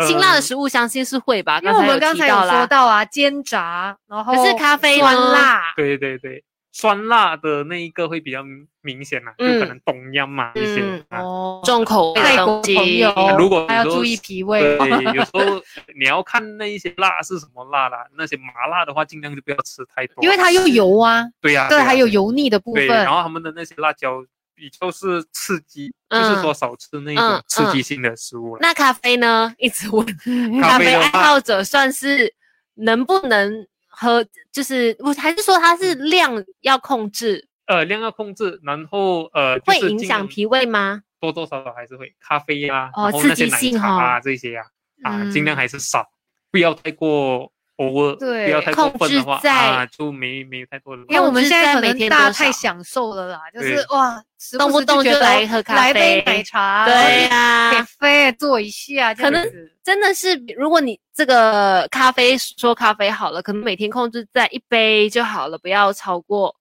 Speaker 3: 辛
Speaker 1: 呃
Speaker 3: 辣的食物相信是会吧，
Speaker 2: 因为我们刚
Speaker 3: 刚
Speaker 2: 才
Speaker 3: 有
Speaker 2: 有
Speaker 3: 提
Speaker 2: 说
Speaker 3: 啦。
Speaker 2: 到啊，煎炸，然后
Speaker 3: 可是咖啡呢
Speaker 2: 酸辣，
Speaker 1: 对对对，酸辣的那一个会比较明明显啦、就可能东央嘛一些、
Speaker 3: 嗯
Speaker 1: 啊。
Speaker 2: 嗯哦，
Speaker 3: 重口味
Speaker 2: 泰
Speaker 3: 的
Speaker 2: 国
Speaker 3: 东
Speaker 2: 朋
Speaker 3: 西
Speaker 2: 友，，
Speaker 1: 如果
Speaker 2: 还要
Speaker 1: 有时候
Speaker 2: 注意脾
Speaker 1: 对
Speaker 2: 胃。，
Speaker 1: 有时候你要看那一些辣是什么辣啦，那些麻辣的话，尽量就不要吃太多，
Speaker 2: 因为它又油啊，
Speaker 1: 对呀、
Speaker 2: 对，
Speaker 1: 呀
Speaker 2: 还有油腻的部
Speaker 1: 对，然
Speaker 2: 分。
Speaker 1: 后他们的那些辣椒比较是刺激，就是
Speaker 2: 嗯
Speaker 1: 说少吃那种刺激性的食物了。
Speaker 3: 那咖啡呢？一直问，咖
Speaker 2: 嗯
Speaker 1: 咖啡
Speaker 3: 啡
Speaker 1: 的
Speaker 3: 爱
Speaker 1: 话
Speaker 3: 好者算是能不能喝？就是我还是说它是
Speaker 1: 嗯
Speaker 3: 量要控制，
Speaker 1: 呃，量要控制，然后呃，就
Speaker 3: 会
Speaker 1: 是
Speaker 3: 影
Speaker 1: 尽
Speaker 3: 响
Speaker 1: 量
Speaker 3: 脾胃吗？
Speaker 1: 多多少少还是会咖啡呀、
Speaker 3: 哦
Speaker 1: 然后那
Speaker 3: 刺
Speaker 1: 些
Speaker 3: 激
Speaker 1: 奶
Speaker 3: 性
Speaker 1: 茶啊、
Speaker 3: 哦
Speaker 1: 这些呀、啊，
Speaker 3: 嗯
Speaker 1: 尽量还是少，不要太过 over，
Speaker 2: 对
Speaker 1: 不要太过
Speaker 3: 控
Speaker 1: 分
Speaker 3: 制
Speaker 1: 的话
Speaker 3: 在
Speaker 1: 啊，就没没有太多的。
Speaker 2: 因为我们
Speaker 3: 控制
Speaker 2: 现在
Speaker 3: 在
Speaker 2: 可
Speaker 3: 每
Speaker 2: 能
Speaker 3: 天
Speaker 2: 大
Speaker 3: 多
Speaker 2: 家太
Speaker 3: 少
Speaker 2: 享受了啦，就
Speaker 1: 对
Speaker 2: 是哇，时
Speaker 3: 动
Speaker 2: 不
Speaker 3: 不
Speaker 2: 时就
Speaker 3: 动
Speaker 2: 觉
Speaker 3: 就
Speaker 2: 得
Speaker 3: 来喝咖
Speaker 2: 来杯
Speaker 3: 啡
Speaker 2: 奶茶，
Speaker 1: 啊
Speaker 3: 对呀、
Speaker 2: 免费做一下，这
Speaker 3: 可
Speaker 2: 样
Speaker 3: 能
Speaker 2: 子
Speaker 3: 真的是，如果你这个咖啡说咖啡好了，可能每天控制在一杯就好了，不要超过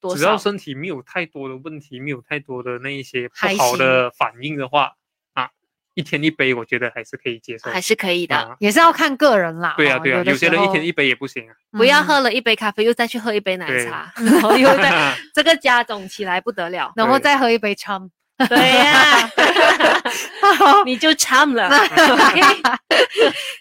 Speaker 3: 多
Speaker 1: 只要
Speaker 3: 少。
Speaker 1: 身体没有太多的问题，没有太多的那一些
Speaker 2: 还
Speaker 1: 不好的反应的话，啊，一天一杯，我觉得还是可以接受。
Speaker 3: 还是可以的，
Speaker 1: 啊，
Speaker 2: 也是要看个人啦。
Speaker 1: 对呀、
Speaker 2: 哦
Speaker 1: 对呀、啊有些人一天一杯也不行啊。
Speaker 3: 不要。
Speaker 2: 的时候
Speaker 3: 喝了一杯咖啡，又再去喝一杯奶
Speaker 1: 对
Speaker 3: 茶，然后又再 (laughs) 这个加总起来不
Speaker 1: (laughs)
Speaker 3: 得了
Speaker 2: 嗯。然后
Speaker 1: 对
Speaker 2: 再喝一杯 (laughs) 汤，
Speaker 3: 对呀、你就참
Speaker 1: (laughs)
Speaker 3: 了。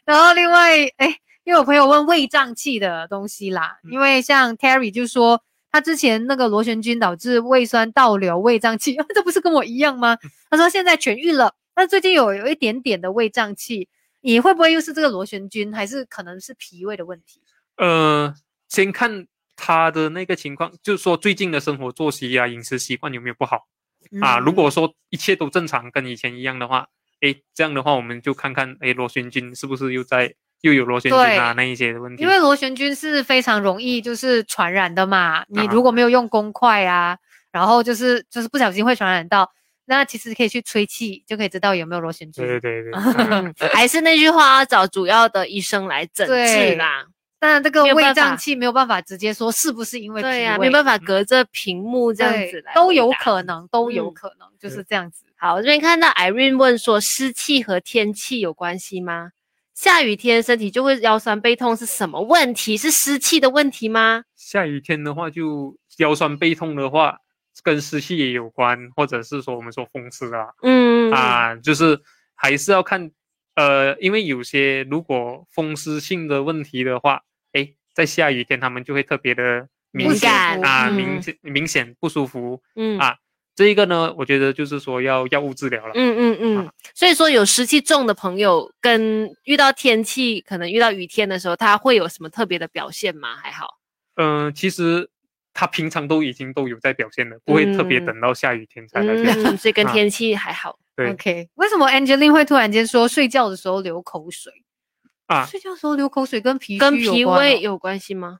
Speaker 2: 然后另外，哎，因为我朋友问胃胀气的东西啦，
Speaker 1: 嗯
Speaker 2: 因为像 Terry 就说他之前那个螺旋菌导致胃酸倒流、胃胀气， (laughs) 这不是跟我一样吗？
Speaker 1: 嗯
Speaker 2: 他说现在痊愈了，但最近有有一点点的胃胀气，你会不会又是这个螺旋菌，还是可能是脾胃的问题？
Speaker 1: (laughs) 呃，先看他的那个情况，就是说最近的生活作息啊、饮食习惯有没有不好。
Speaker 3: 嗯
Speaker 1: 啊，
Speaker 2: 嗯
Speaker 1: 如果说一切都正常，跟以前一样的话，诶，这样的话我们就看看，诶，螺旋菌是不是又在又有螺旋菌啊那一些的问题
Speaker 2: 因？为螺旋菌是非常容易就是传染的嘛，你
Speaker 1: 啊
Speaker 2: 如果没有用公筷啊，然后就是就是不小心会传染到，那其实可以去吹气就可以知道有没有螺旋菌。
Speaker 1: 对对
Speaker 3: (laughs)
Speaker 1: 对对，嗯
Speaker 3: 还是那句话，要啊找主要的医生来诊治
Speaker 2: 对
Speaker 3: 啦。
Speaker 2: 当然这个
Speaker 3: 没有
Speaker 2: 胃
Speaker 3: 办法
Speaker 2: 胀气没有办法直接说是不是因为
Speaker 3: 对
Speaker 2: 脾
Speaker 3: 呀、
Speaker 2: 胃
Speaker 3: 没办法隔着屏幕这样
Speaker 2: 对
Speaker 3: 子来
Speaker 2: 都
Speaker 3: 回
Speaker 2: 有
Speaker 3: 答
Speaker 2: 可能，都有
Speaker 3: 嗯
Speaker 2: 可能、就
Speaker 1: 对
Speaker 2: 是这样子。
Speaker 3: 好，这边看到 Irene 问说，湿气和天气有关系吗？下雨天身体就会腰酸背痛是什么问题？是湿气的问题吗？
Speaker 1: 下雨天的话，就腰酸背痛的话，跟湿气也有关，或者是说我们说风湿啊，
Speaker 3: 嗯，
Speaker 1: 啊，就是还是要看，呃，因为有些如果风湿性的问题的话，诶，在下雨天他们就会特别的明
Speaker 3: 不
Speaker 1: 显
Speaker 3: 舒服
Speaker 1: 啊，
Speaker 3: 嗯
Speaker 1: 明显明显不舒服。
Speaker 3: 嗯
Speaker 1: 啊这一个呢，我觉得就是说要药物治疗了。
Speaker 3: 嗯嗯嗯，所以说有湿气重的朋友，跟遇到天气可能遇到雨天的时候，他会有什么特别的表现吗？还好，
Speaker 1: 嗯、其实他平常都已经都有在表现了，不会特别
Speaker 3: 嗯
Speaker 1: 等到下雨天才来表现。
Speaker 3: 嗯，所以跟
Speaker 1: 啊
Speaker 3: 天气还好。
Speaker 1: 对
Speaker 2: OK，为什么 Angeline 会突然间说睡觉的时候流口水
Speaker 1: 啊
Speaker 2: 睡觉的时候流口水跟脾
Speaker 3: 跟
Speaker 2: 虚有
Speaker 3: 脾
Speaker 2: 关
Speaker 3: 胃
Speaker 2: 哦
Speaker 3: 有关系吗？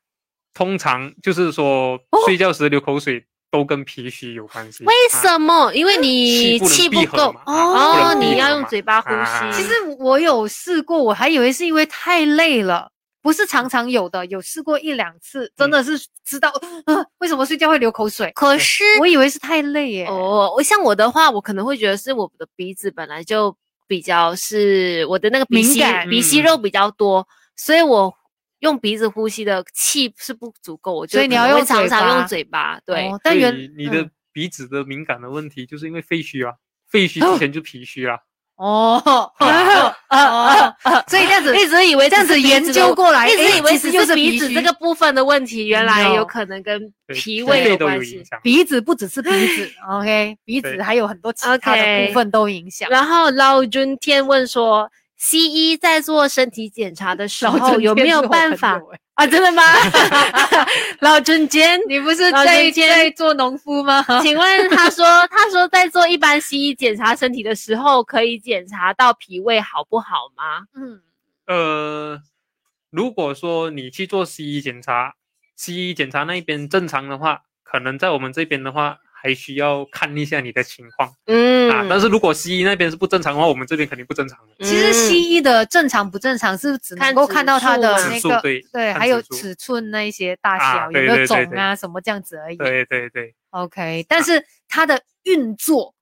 Speaker 1: 通常就是说睡觉时流口水都跟脾虚有关系。
Speaker 3: 哦为
Speaker 1: 啊
Speaker 3: 什么？因为你气
Speaker 1: 气不能闭合
Speaker 3: 够
Speaker 1: 嘛啊
Speaker 2: 不
Speaker 3: 哦，
Speaker 2: 能
Speaker 3: 你
Speaker 2: 闭
Speaker 3: 要
Speaker 1: 合
Speaker 3: 用
Speaker 1: 嘛
Speaker 3: 嘴巴呼
Speaker 1: 啊
Speaker 3: 吸。
Speaker 2: 其实我有试过，我还以为是因为太累了，不是常常有的，有试过一两次，真的是知道、呃、为什么睡觉会流口水，
Speaker 3: 可是
Speaker 2: 我以为是太累耶。
Speaker 3: 哦，我像我的话，我可能会觉得是我的鼻子本来就比较是我的那个鼻
Speaker 2: 敏
Speaker 3: 息
Speaker 2: 感
Speaker 3: 鼻息
Speaker 1: 嗯
Speaker 3: 肉比较多，所以我用鼻子呼吸的气是不足够，我就
Speaker 2: 所以
Speaker 3: 可
Speaker 2: 你
Speaker 3: 能
Speaker 2: 要
Speaker 3: 会
Speaker 2: 用
Speaker 3: 常
Speaker 2: 嘴
Speaker 3: 常用
Speaker 2: 巴
Speaker 3: 嘴巴，对，
Speaker 2: 哦
Speaker 1: 所
Speaker 2: 但原
Speaker 1: 以你的
Speaker 2: 嗯
Speaker 1: 鼻子的敏感的问题，就是因为肺
Speaker 3: 哦
Speaker 1: 虚啊，肺虚之前就脾虚啊。
Speaker 2: (laughs) 哦
Speaker 1: 啊
Speaker 2: 哦，所以这样子
Speaker 3: (laughs) 一直以为
Speaker 2: 这样
Speaker 3: 只是
Speaker 2: 子
Speaker 3: 鼻
Speaker 2: 研
Speaker 3: 子的
Speaker 2: 究
Speaker 3: 问
Speaker 2: 过来，
Speaker 3: 一直
Speaker 2: 诶
Speaker 3: 以为
Speaker 2: 其
Speaker 3: 只
Speaker 2: 实就是是
Speaker 3: 鼻子
Speaker 2: 虚
Speaker 3: 这个部分的问题，原来有
Speaker 2: No
Speaker 3: 可能跟
Speaker 1: 对
Speaker 3: 脾
Speaker 1: 脾
Speaker 3: 胃
Speaker 1: 肺
Speaker 3: 有
Speaker 1: 都有
Speaker 3: 关
Speaker 1: 影
Speaker 3: 系。
Speaker 1: 响。
Speaker 2: 鼻子不只是鼻子，OK，鼻子
Speaker 1: 对
Speaker 2: 还有很多其他的
Speaker 3: OK
Speaker 2: 部分都影响。
Speaker 3: 然后老君天问说，西医在做身体检查的时
Speaker 2: 老
Speaker 3: 候
Speaker 2: 中
Speaker 3: 有没
Speaker 2: 间
Speaker 3: 有
Speaker 2: 是我
Speaker 3: 办
Speaker 2: 朋
Speaker 3: 法
Speaker 2: 友诶？
Speaker 3: 啊？真的吗？ (laughs) 老君间，
Speaker 2: 你不是
Speaker 3: 老
Speaker 2: 在
Speaker 3: 中间
Speaker 2: 在做农夫吗？
Speaker 3: 请问他说，他说在做一般西医检查身体的时候，可以检查到脾胃好不好吗？
Speaker 2: 嗯，
Speaker 1: 呃，如果说你去做西医检查，西医检查那边正常的话，可能在我们这边的话，还需要看一下你的情况、
Speaker 3: 嗯
Speaker 1: 啊。但是如果西医那边是不正常的话，我们这边肯定不正常的。
Speaker 2: 其实西医的正常不正常是只能
Speaker 3: 看
Speaker 2: 够
Speaker 3: 指
Speaker 2: 看到它
Speaker 3: 数
Speaker 2: 的
Speaker 3: 嘛
Speaker 1: 指
Speaker 2: 那
Speaker 1: 数
Speaker 2: 个
Speaker 1: 对
Speaker 2: 对，
Speaker 1: 嗯看
Speaker 2: 还有
Speaker 1: 指数
Speaker 2: 尺寸那一些大
Speaker 1: 啊
Speaker 2: 小有
Speaker 1: 对
Speaker 2: 没有
Speaker 1: 对对
Speaker 2: 肿
Speaker 1: 对嗯
Speaker 2: 啊什么这样子而已。
Speaker 1: 对对对，
Speaker 2: OK，但是它的运作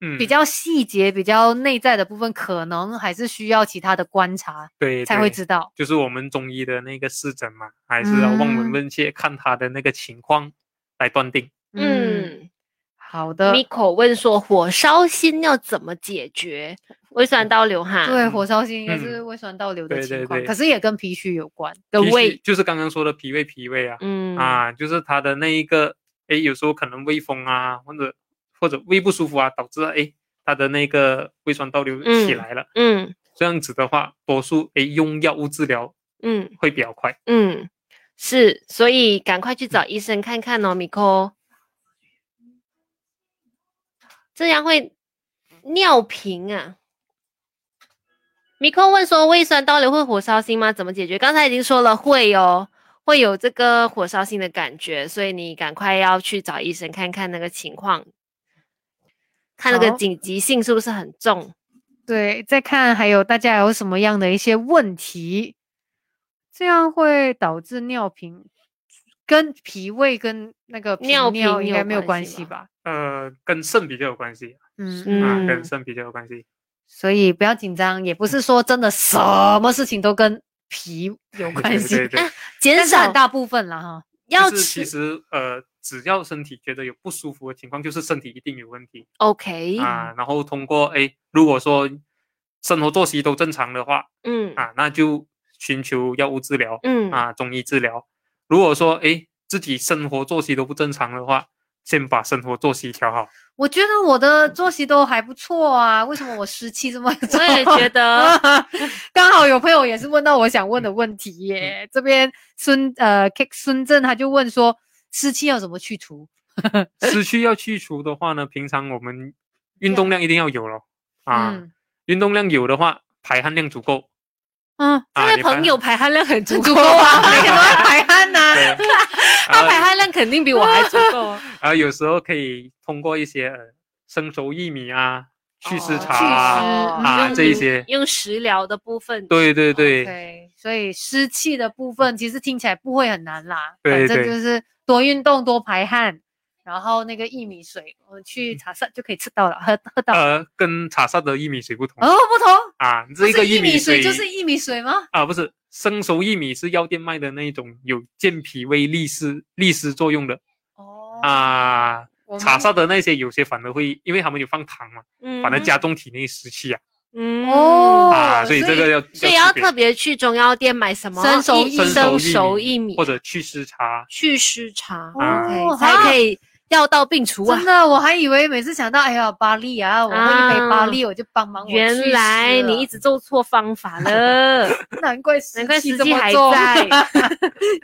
Speaker 1: 嗯，
Speaker 2: 比较细节、比较内在的部分，可能还是需要其他的观察
Speaker 1: 对
Speaker 2: 才会
Speaker 1: 对
Speaker 2: 知道。
Speaker 1: 就是我们中医的那个视诊嘛，还是要望闻
Speaker 2: 嗯
Speaker 1: 问切，看他的那个情况来断定。
Speaker 2: 嗯，
Speaker 3: 嗯
Speaker 2: 好的。
Speaker 3: ，Miko 问说，火烧心要怎么解决？胃酸倒流哈，
Speaker 2: 对，
Speaker 1: 嗯
Speaker 2: 火烧心应该
Speaker 1: 嗯
Speaker 2: 是胃酸倒流的
Speaker 1: 对
Speaker 2: 情
Speaker 1: 对
Speaker 2: 况，
Speaker 1: 对
Speaker 2: 可是也跟脾虚有关。
Speaker 3: 的
Speaker 1: 脾虚
Speaker 3: 胃，
Speaker 1: 就是刚刚说的脾胃脾胃啊，
Speaker 3: 嗯，
Speaker 1: 啊，就是他的那一个，诶，有时候可能微风啊，或者或或者胃不舒服啊，导致哎他的那个胃酸倒流
Speaker 3: 嗯
Speaker 1: 起来了，
Speaker 3: 嗯
Speaker 1: 这样子的话，多数哎用药物治疗
Speaker 3: 嗯
Speaker 1: 会比较快。
Speaker 3: 嗯，是，所以赶快去找医生看看哦，米蔻。这样会尿频啊。米蔻问说，胃酸倒流会火烧心吗？怎么解决？刚才已经说了会哦，会有这个火烧心的感觉，所以你赶快要去找医生看看那个情况，看那个
Speaker 2: 好
Speaker 3: 紧急性是不是很重。
Speaker 2: 对，再看还有大家有什么样的一些问题，这样会导致尿频，跟脾胃跟那个频
Speaker 3: 尿
Speaker 2: 尿
Speaker 3: 频
Speaker 2: 应
Speaker 3: 有
Speaker 2: 该没有
Speaker 3: 关
Speaker 2: 关
Speaker 3: 系
Speaker 2: 系吧？
Speaker 1: 呃，跟肾比较有关系、
Speaker 2: 嗯
Speaker 1: 啊，
Speaker 3: 嗯
Speaker 1: 跟肾比较有关系。
Speaker 2: 所以不要紧张，也不是说真的什么事情都跟脾
Speaker 3: (laughs)
Speaker 2: 有关系，
Speaker 1: 对对对对，
Speaker 3: 减
Speaker 2: 但是
Speaker 3: 少
Speaker 2: 很大部分了哈。
Speaker 3: 要
Speaker 1: 就是其
Speaker 3: 吃
Speaker 1: 实呃，只要身体觉得有不舒服的情况，就是身体一定有问题
Speaker 3: OK，、
Speaker 1: 啊。然后通过哎，如果说生活作息都正常的话
Speaker 3: 嗯
Speaker 1: 啊，那就寻求药物治疗
Speaker 3: 嗯
Speaker 1: 啊，中医治疗。如果说哎自己生活作息都不正常的话，先把生活作息调好。
Speaker 2: 我觉得我的作息都还不错啊，为什么我湿气这么 (laughs) 重？
Speaker 3: 我也觉
Speaker 1: (laughs)
Speaker 3: 得，
Speaker 2: 啊， (laughs) 刚好有朋友也是问到我想问的问题耶。
Speaker 1: 嗯
Speaker 2: 这边孙呃 K 孙正他就问说，湿气要怎么去除？
Speaker 1: 失去要去除的话呢，平常我们运动量一定要有咯啊，
Speaker 2: 嗯
Speaker 1: 运动量有的话，排汗量足够 (laughs)
Speaker 2: 嗯，
Speaker 1: 啊。你
Speaker 3: 这位
Speaker 1: 排
Speaker 3: 朋友排汗量很足
Speaker 2: 足
Speaker 3: 够
Speaker 2: 够啊， (laughs)
Speaker 3: 啊，
Speaker 2: 每个都在排汗呐、
Speaker 1: 对，
Speaker 2: (laughs)
Speaker 3: 他
Speaker 1: 啊
Speaker 3: 排汗量肯定比我还足
Speaker 1: (laughs)
Speaker 3: 够啊。
Speaker 1: 然后有时候可以通过一些呃生熟薏米啊、祛湿
Speaker 3: 哦
Speaker 1: 茶
Speaker 2: 祛
Speaker 1: 啊，
Speaker 2: 湿
Speaker 1: 啊
Speaker 3: 用
Speaker 1: 这一些
Speaker 3: 用食疗的部分，
Speaker 1: 对对
Speaker 2: 哦
Speaker 1: 对
Speaker 2: OK，所以湿气的部分其实听起来不会很难啦，
Speaker 1: 对
Speaker 2: 反
Speaker 1: 对
Speaker 2: 正就是多运动、多排汗，然后那个薏米水，我们去
Speaker 1: 嗯
Speaker 2: 茶室就可以吃到了，喝喝到。
Speaker 1: 呃，跟茶上的薏米水不同、
Speaker 2: 哦，不同，
Speaker 1: 啊，
Speaker 2: 不
Speaker 1: 这个
Speaker 2: 是薏
Speaker 1: 米
Speaker 2: 米
Speaker 1: 水
Speaker 2: 水就是薏米水吗？
Speaker 1: 啊，不是生熟薏米是药店卖的那一种有健脾胃、利湿、利湿作用的
Speaker 2: 哦，
Speaker 1: 啊。
Speaker 2: 我们
Speaker 1: 茶上的那些有些反而会，因为他们有放糖嘛，
Speaker 3: 嗯
Speaker 1: 反而加重体内湿气啊、
Speaker 3: 嗯
Speaker 2: 哦
Speaker 1: 啊，所以
Speaker 2: 所
Speaker 1: 这个要
Speaker 3: 所以要
Speaker 1: 区别
Speaker 3: 特别去中药店买什么
Speaker 2: 生熟
Speaker 3: 一
Speaker 2: 薏米
Speaker 1: 熟
Speaker 3: 生熟薏米
Speaker 1: 或者祛湿茶， (laughs)
Speaker 3: 祛湿茶
Speaker 1: 啊
Speaker 3: ，OK，才可以药到病除啊
Speaker 2: 哦真。的，我还以为每次想到哎呀巴黎啊，我会背巴黎，我就帮忙我去吃了。
Speaker 3: 原来你一直做错方法
Speaker 2: (laughs)
Speaker 3: 了，
Speaker 2: 难怪湿
Speaker 3: 难怪
Speaker 2: 气
Speaker 3: 湿
Speaker 2: 这
Speaker 3: 气
Speaker 2: 么
Speaker 3: 还
Speaker 2: 重， (laughs)
Speaker 3: 在，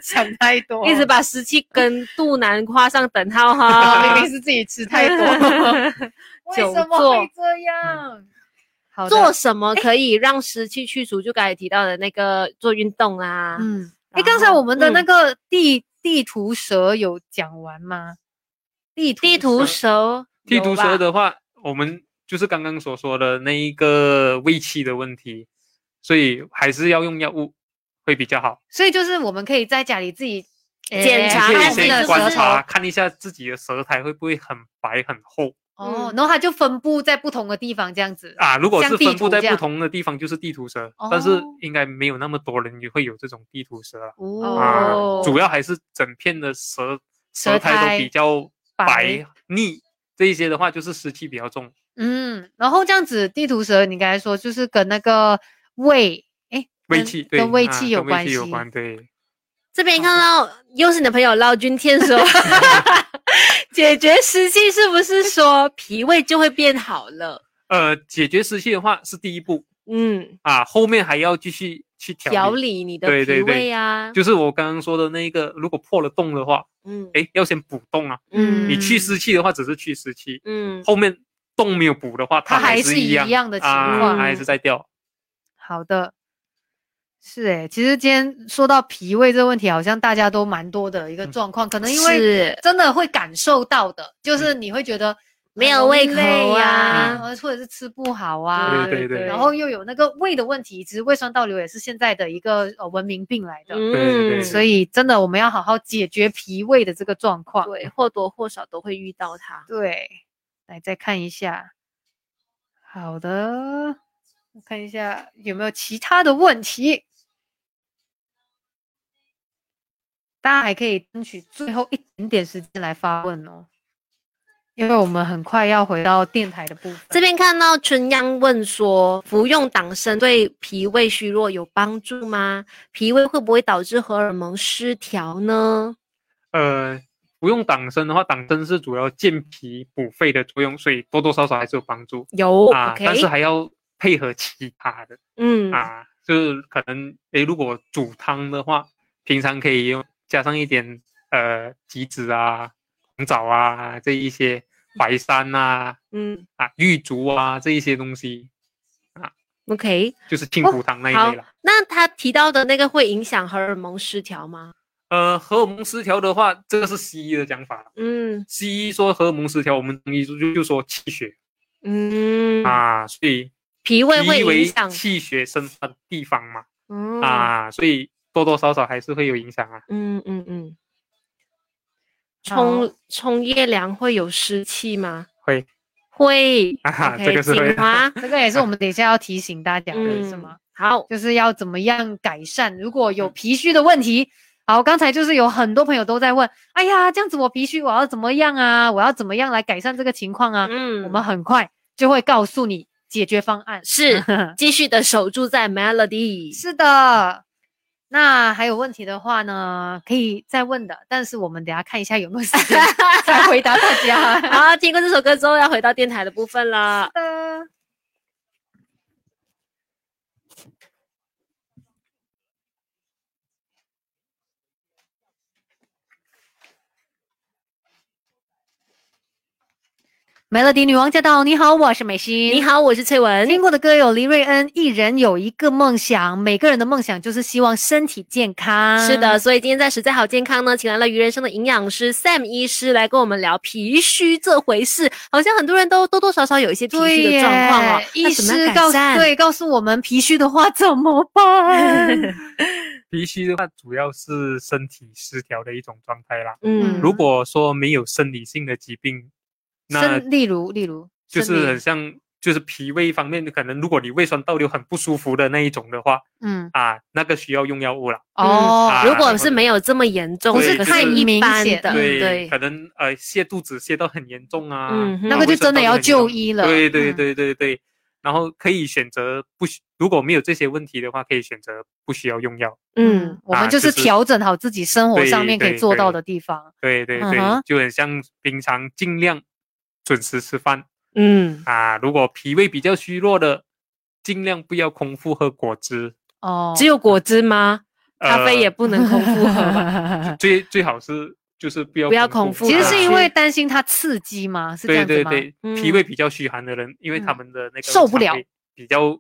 Speaker 2: 想太多，
Speaker 3: 一直把湿气跟肚腩画上等号哈。
Speaker 2: (laughs)
Speaker 3: (laughs)
Speaker 2: 明明是自己吃太 (laughs) 多，啊为
Speaker 3: 久
Speaker 2: 什么
Speaker 3: 坐
Speaker 2: 会这样？好的
Speaker 3: 做什么可以让湿气去除？就刚才提到的那个做运动啊，
Speaker 2: 嗯，哎，
Speaker 3: 然
Speaker 2: 刚才
Speaker 3: 后
Speaker 2: 我们的
Speaker 3: 嗯
Speaker 2: 那个地、地图蛇有讲完吗？地
Speaker 3: 地图蛇，
Speaker 1: 地毒蛇
Speaker 3: 有吧
Speaker 1: 的话，我们就是刚刚所说的那一个胃气的问题，所以还是要用药物会比较好。
Speaker 2: 所以就是我们可以在家里自己哎
Speaker 3: 检查
Speaker 1: 你可
Speaker 2: 看
Speaker 1: 以
Speaker 3: 自己
Speaker 2: 那
Speaker 1: 先
Speaker 2: 个
Speaker 1: 观
Speaker 2: 舌
Speaker 1: 察，
Speaker 2: 头
Speaker 1: 看一下自己的舌苔会不会很白很厚
Speaker 2: 哦，
Speaker 3: 嗯
Speaker 2: 然后它就分布在不同的地方这样子。
Speaker 1: 啊。如果
Speaker 2: 像
Speaker 1: 是
Speaker 2: 地
Speaker 1: 分布
Speaker 2: 图
Speaker 1: 在不
Speaker 2: 这样
Speaker 1: 同的地方，就是地图蛇，但是
Speaker 2: 哦
Speaker 1: 应该没有那么多人也会有这种地图蛇了
Speaker 2: 哦
Speaker 1: 啊。主要还是整片的舌
Speaker 2: 舌
Speaker 1: 舌苔
Speaker 2: 苔
Speaker 1: 都比较
Speaker 2: 白
Speaker 1: 白腻，这一些的话就是湿气比较重。
Speaker 2: 嗯，然后这样子，地图蛇你刚才说就是跟那个胃，哎，
Speaker 1: 胃
Speaker 2: 跟
Speaker 1: 气对
Speaker 2: 跟胃
Speaker 1: 啊
Speaker 2: 气有
Speaker 1: 跟胃
Speaker 2: 关
Speaker 1: 气
Speaker 2: 系。
Speaker 1: 有关，对。
Speaker 3: 这边看到又是你的朋友捞君天
Speaker 1: (laughs)
Speaker 3: 说，解决湿气是不是说脾胃就会变好了？
Speaker 1: 呃，解决湿气的话是第一步，
Speaker 3: 嗯，
Speaker 1: 啊，后面还要继续去调理。
Speaker 3: 调理你的
Speaker 1: 对
Speaker 3: 脾
Speaker 1: 对对
Speaker 3: 胃啊，
Speaker 1: 就是我刚刚说的那一个，如果破了洞的话，
Speaker 3: 嗯
Speaker 1: 哎，要先补洞啊。
Speaker 3: 嗯
Speaker 1: 你去湿气的话，只是去湿气，
Speaker 3: 嗯，
Speaker 1: 后面洞没有补的话，
Speaker 2: 它还
Speaker 1: 是
Speaker 2: 是一
Speaker 1: 样
Speaker 2: 样的情
Speaker 1: 啊，
Speaker 3: 况
Speaker 1: 它还是在掉。
Speaker 2: 好的，是哎，其实今天说到脾胃这个问题，好像大家都蛮多的一个
Speaker 1: 嗯
Speaker 2: 状况，可能因为
Speaker 3: 是
Speaker 2: 真的会感受到的，就是你会觉得
Speaker 3: 没
Speaker 2: 很
Speaker 3: 有
Speaker 2: 容
Speaker 3: 胃
Speaker 2: 易累
Speaker 3: 口啊
Speaker 2: 呀，呃或者是吃不好啊，
Speaker 1: 对对对
Speaker 2: 然后又有那个胃的问题，其实胃酸倒流也是现在的一个呃文明病来的。
Speaker 1: 对对
Speaker 3: 嗯，
Speaker 2: 所以真的我们要好好解决脾胃的这个状况。
Speaker 3: 对或多或少都会遇到它。
Speaker 2: 对，来再看一下，好的，我看一下有没有其他的问题。大家还可以争取最后一点点时间来发问哦，因为我们很快要回到电台的部分。
Speaker 3: 这边看到春央问说，服用党参对脾胃虚弱有帮助吗？脾胃会不会导致荷尔蒙失调呢？
Speaker 1: 呃，服用党参的话，党参是主要健脾补肺的作用，所以多多少少还是有帮助
Speaker 3: 有
Speaker 2: 哦
Speaker 1: 啊。
Speaker 3: ，OK，
Speaker 1: 但是还要配合其他的
Speaker 3: 嗯
Speaker 1: 啊，就是可能诶，如果煮汤的话，平常可以用加上一点呃杞子啊、红枣啊这一些淮山啊、
Speaker 3: 嗯
Speaker 1: 啊玉竹啊这一些东西，
Speaker 3: ，OK。
Speaker 1: 就是清
Speaker 2: 哦
Speaker 1: 补汤那一类了。
Speaker 3: 那他提到的那个会影响荷尔蒙失调吗？
Speaker 1: 呃，荷尔蒙失调的话，这个是西医的讲法了。
Speaker 3: 嗯
Speaker 1: 西医说荷尔蒙失调，我们中医就就说气血、
Speaker 3: 嗯，
Speaker 1: 啊，所以
Speaker 3: 脾胃会
Speaker 1: 脾为
Speaker 3: 影响，
Speaker 1: 气血生发的地方嘛、
Speaker 3: 嗯
Speaker 1: 啊，所以多多少少还是会有影响啊。
Speaker 3: 嗯嗯嗯，
Speaker 2: 好
Speaker 3: 冲冲夜凉会有湿气吗？
Speaker 1: 会
Speaker 3: 会
Speaker 1: 啊哈
Speaker 3: OK，
Speaker 1: 这个是会啊
Speaker 3: 锦
Speaker 1: (laughs)
Speaker 3: 华
Speaker 2: 这个也是我们等一下要提醒大家的，
Speaker 3: 嗯
Speaker 2: 是吗？
Speaker 3: 好，
Speaker 2: 就是要怎么样改善，如果有脾虚的问题。好，刚才就是有很多朋友都在问，哎呀，这样子我脾虚，我要怎么样啊？我要怎么样来改善这个情况啊？
Speaker 3: 嗯，
Speaker 2: 我们很快就会告诉你解决方案。 (laughs)
Speaker 3: 是继续的守住在 Melody。
Speaker 2: 是的，那还有问题的话呢，可以再问的，但是我们等一下看一下有没有时间 (laughs) 再回答大家。
Speaker 3: (laughs) 好，听过这首歌之后，要回到电台的部分了。
Speaker 2: Melody 女王驾到！你好，我是美心。
Speaker 3: 你好，我是翠文。
Speaker 2: 听过的歌有黎瑞恩，《一人有一个梦想》，每个人的梦想就是希望身体健康。
Speaker 3: 是的，，所以今天在实在好健康呢，请来了鱼人生的营养师 Sam 医师来跟我们聊脾虚这回事。好像很多人都多多少少有一些脾
Speaker 2: 对
Speaker 3: 虚的
Speaker 2: 耶
Speaker 3: 状况哦，那
Speaker 2: 医
Speaker 3: 怎么
Speaker 2: 师
Speaker 3: 样
Speaker 2: 告
Speaker 3: 改善？
Speaker 2: 对告诉我们脾虚的话怎么
Speaker 3: (laughs)
Speaker 2: 办？
Speaker 1: 脾虚的话，主要是身体失调的一种状态啦。
Speaker 3: 嗯
Speaker 2: 嗯
Speaker 1: 如果说没有生理性的疾病，那
Speaker 2: 生例如例如
Speaker 1: 就是
Speaker 2: 生
Speaker 1: 很
Speaker 2: 理
Speaker 1: 像就是脾胃方面，可能如果你胃酸倒流很不舒服的那一种的话
Speaker 2: 嗯
Speaker 1: 啊，那个需要用药物了。
Speaker 2: 哦，
Speaker 1: 啊
Speaker 3: 如果是没有这么严重，
Speaker 1: 不是
Speaker 3: 可
Speaker 1: 太
Speaker 3: 一
Speaker 2: 明
Speaker 3: 般
Speaker 2: 显
Speaker 3: 的，
Speaker 2: 嗯
Speaker 1: 对，
Speaker 3: 对
Speaker 1: 可，能呃泻肚子泻到很严重啊，
Speaker 3: 嗯哼
Speaker 1: 然
Speaker 2: 那
Speaker 1: 后
Speaker 2: 个就
Speaker 1: 胃酸
Speaker 2: 真的
Speaker 1: 倒
Speaker 2: 要
Speaker 1: 流很严重
Speaker 2: 就医了。
Speaker 1: 对对
Speaker 2: 嗯，
Speaker 1: 对对对，然后可以选择不需，如果没有这些问题的话，可以选择不需要用药。
Speaker 3: 嗯
Speaker 2: 嗯，我们
Speaker 1: 啊
Speaker 2: 就
Speaker 1: 就是是
Speaker 2: 调整好自己生活
Speaker 1: 对
Speaker 2: 上面可以
Speaker 1: 对
Speaker 2: 做到
Speaker 1: 对
Speaker 2: 的地方。
Speaker 1: 对对对，
Speaker 2: 嗯哼
Speaker 1: 就很像平常尽量准时吃饭
Speaker 3: 嗯
Speaker 1: 啊。如果脾胃比较虚弱的，尽量不要空腹喝果汁，
Speaker 2: 哦，
Speaker 3: 只有果汁吗？咖
Speaker 1: 呃
Speaker 3: 啡也不能空
Speaker 2: (laughs)
Speaker 3: 腹喝吧？
Speaker 2: 吧
Speaker 1: 最最好是就是不要
Speaker 3: 不要空
Speaker 1: (laughs)
Speaker 3: 腹
Speaker 1: 腹
Speaker 2: 其实
Speaker 1: 啊
Speaker 2: 是因
Speaker 3: 喝
Speaker 2: 为担心它刺激吗？是这
Speaker 1: 对
Speaker 2: 样
Speaker 1: 对
Speaker 2: 子吗？
Speaker 1: 对，脾胃比较虚寒的人，因为他
Speaker 2: 嗯
Speaker 1: 们的那个
Speaker 2: 受不
Speaker 1: 肠
Speaker 2: 了
Speaker 1: 胃比较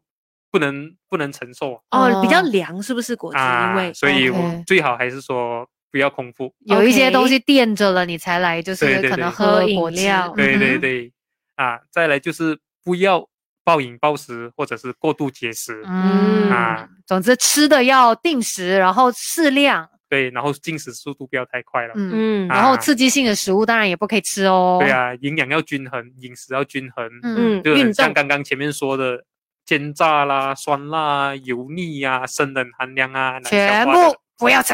Speaker 1: 不能不能承受啊。
Speaker 3: 哦，比较
Speaker 2: 哦
Speaker 3: 凉是不是果汁？因
Speaker 1: 啊
Speaker 3: 为，哦
Speaker 1: 所以
Speaker 2: OK
Speaker 1: 我最好还是说不要空腹。
Speaker 2: 有一些
Speaker 3: OK
Speaker 2: 东西垫着了，你才来，就是
Speaker 1: 对对
Speaker 2: 可能
Speaker 1: 对
Speaker 2: 喝
Speaker 3: 喝饮
Speaker 2: 果汁
Speaker 3: 料
Speaker 1: 对对
Speaker 2: 嗯
Speaker 1: 对，啊，再来就是不要暴饮暴食或者是过度节食，
Speaker 2: 哼
Speaker 3: 嗯
Speaker 1: 啊
Speaker 2: 嗯，总之吃的要定时，然后适量，
Speaker 1: 对，然后进食速度不要太快了。
Speaker 2: 嗯，
Speaker 3: 嗯
Speaker 1: 啊
Speaker 2: 然后刺激性的食物当然也不可以吃哦。
Speaker 1: 对，啊，营养要均衡，饮食要均衡，
Speaker 2: 嗯，
Speaker 3: 嗯，
Speaker 1: 就
Speaker 3: 运
Speaker 1: 很像
Speaker 3: 动，
Speaker 1: 刚刚前面说的。煎炸啦、酸辣啊、油腻呀、生冷寒凉啊，难消
Speaker 2: 全
Speaker 1: 化
Speaker 2: 部
Speaker 1: 的
Speaker 2: 不要吃，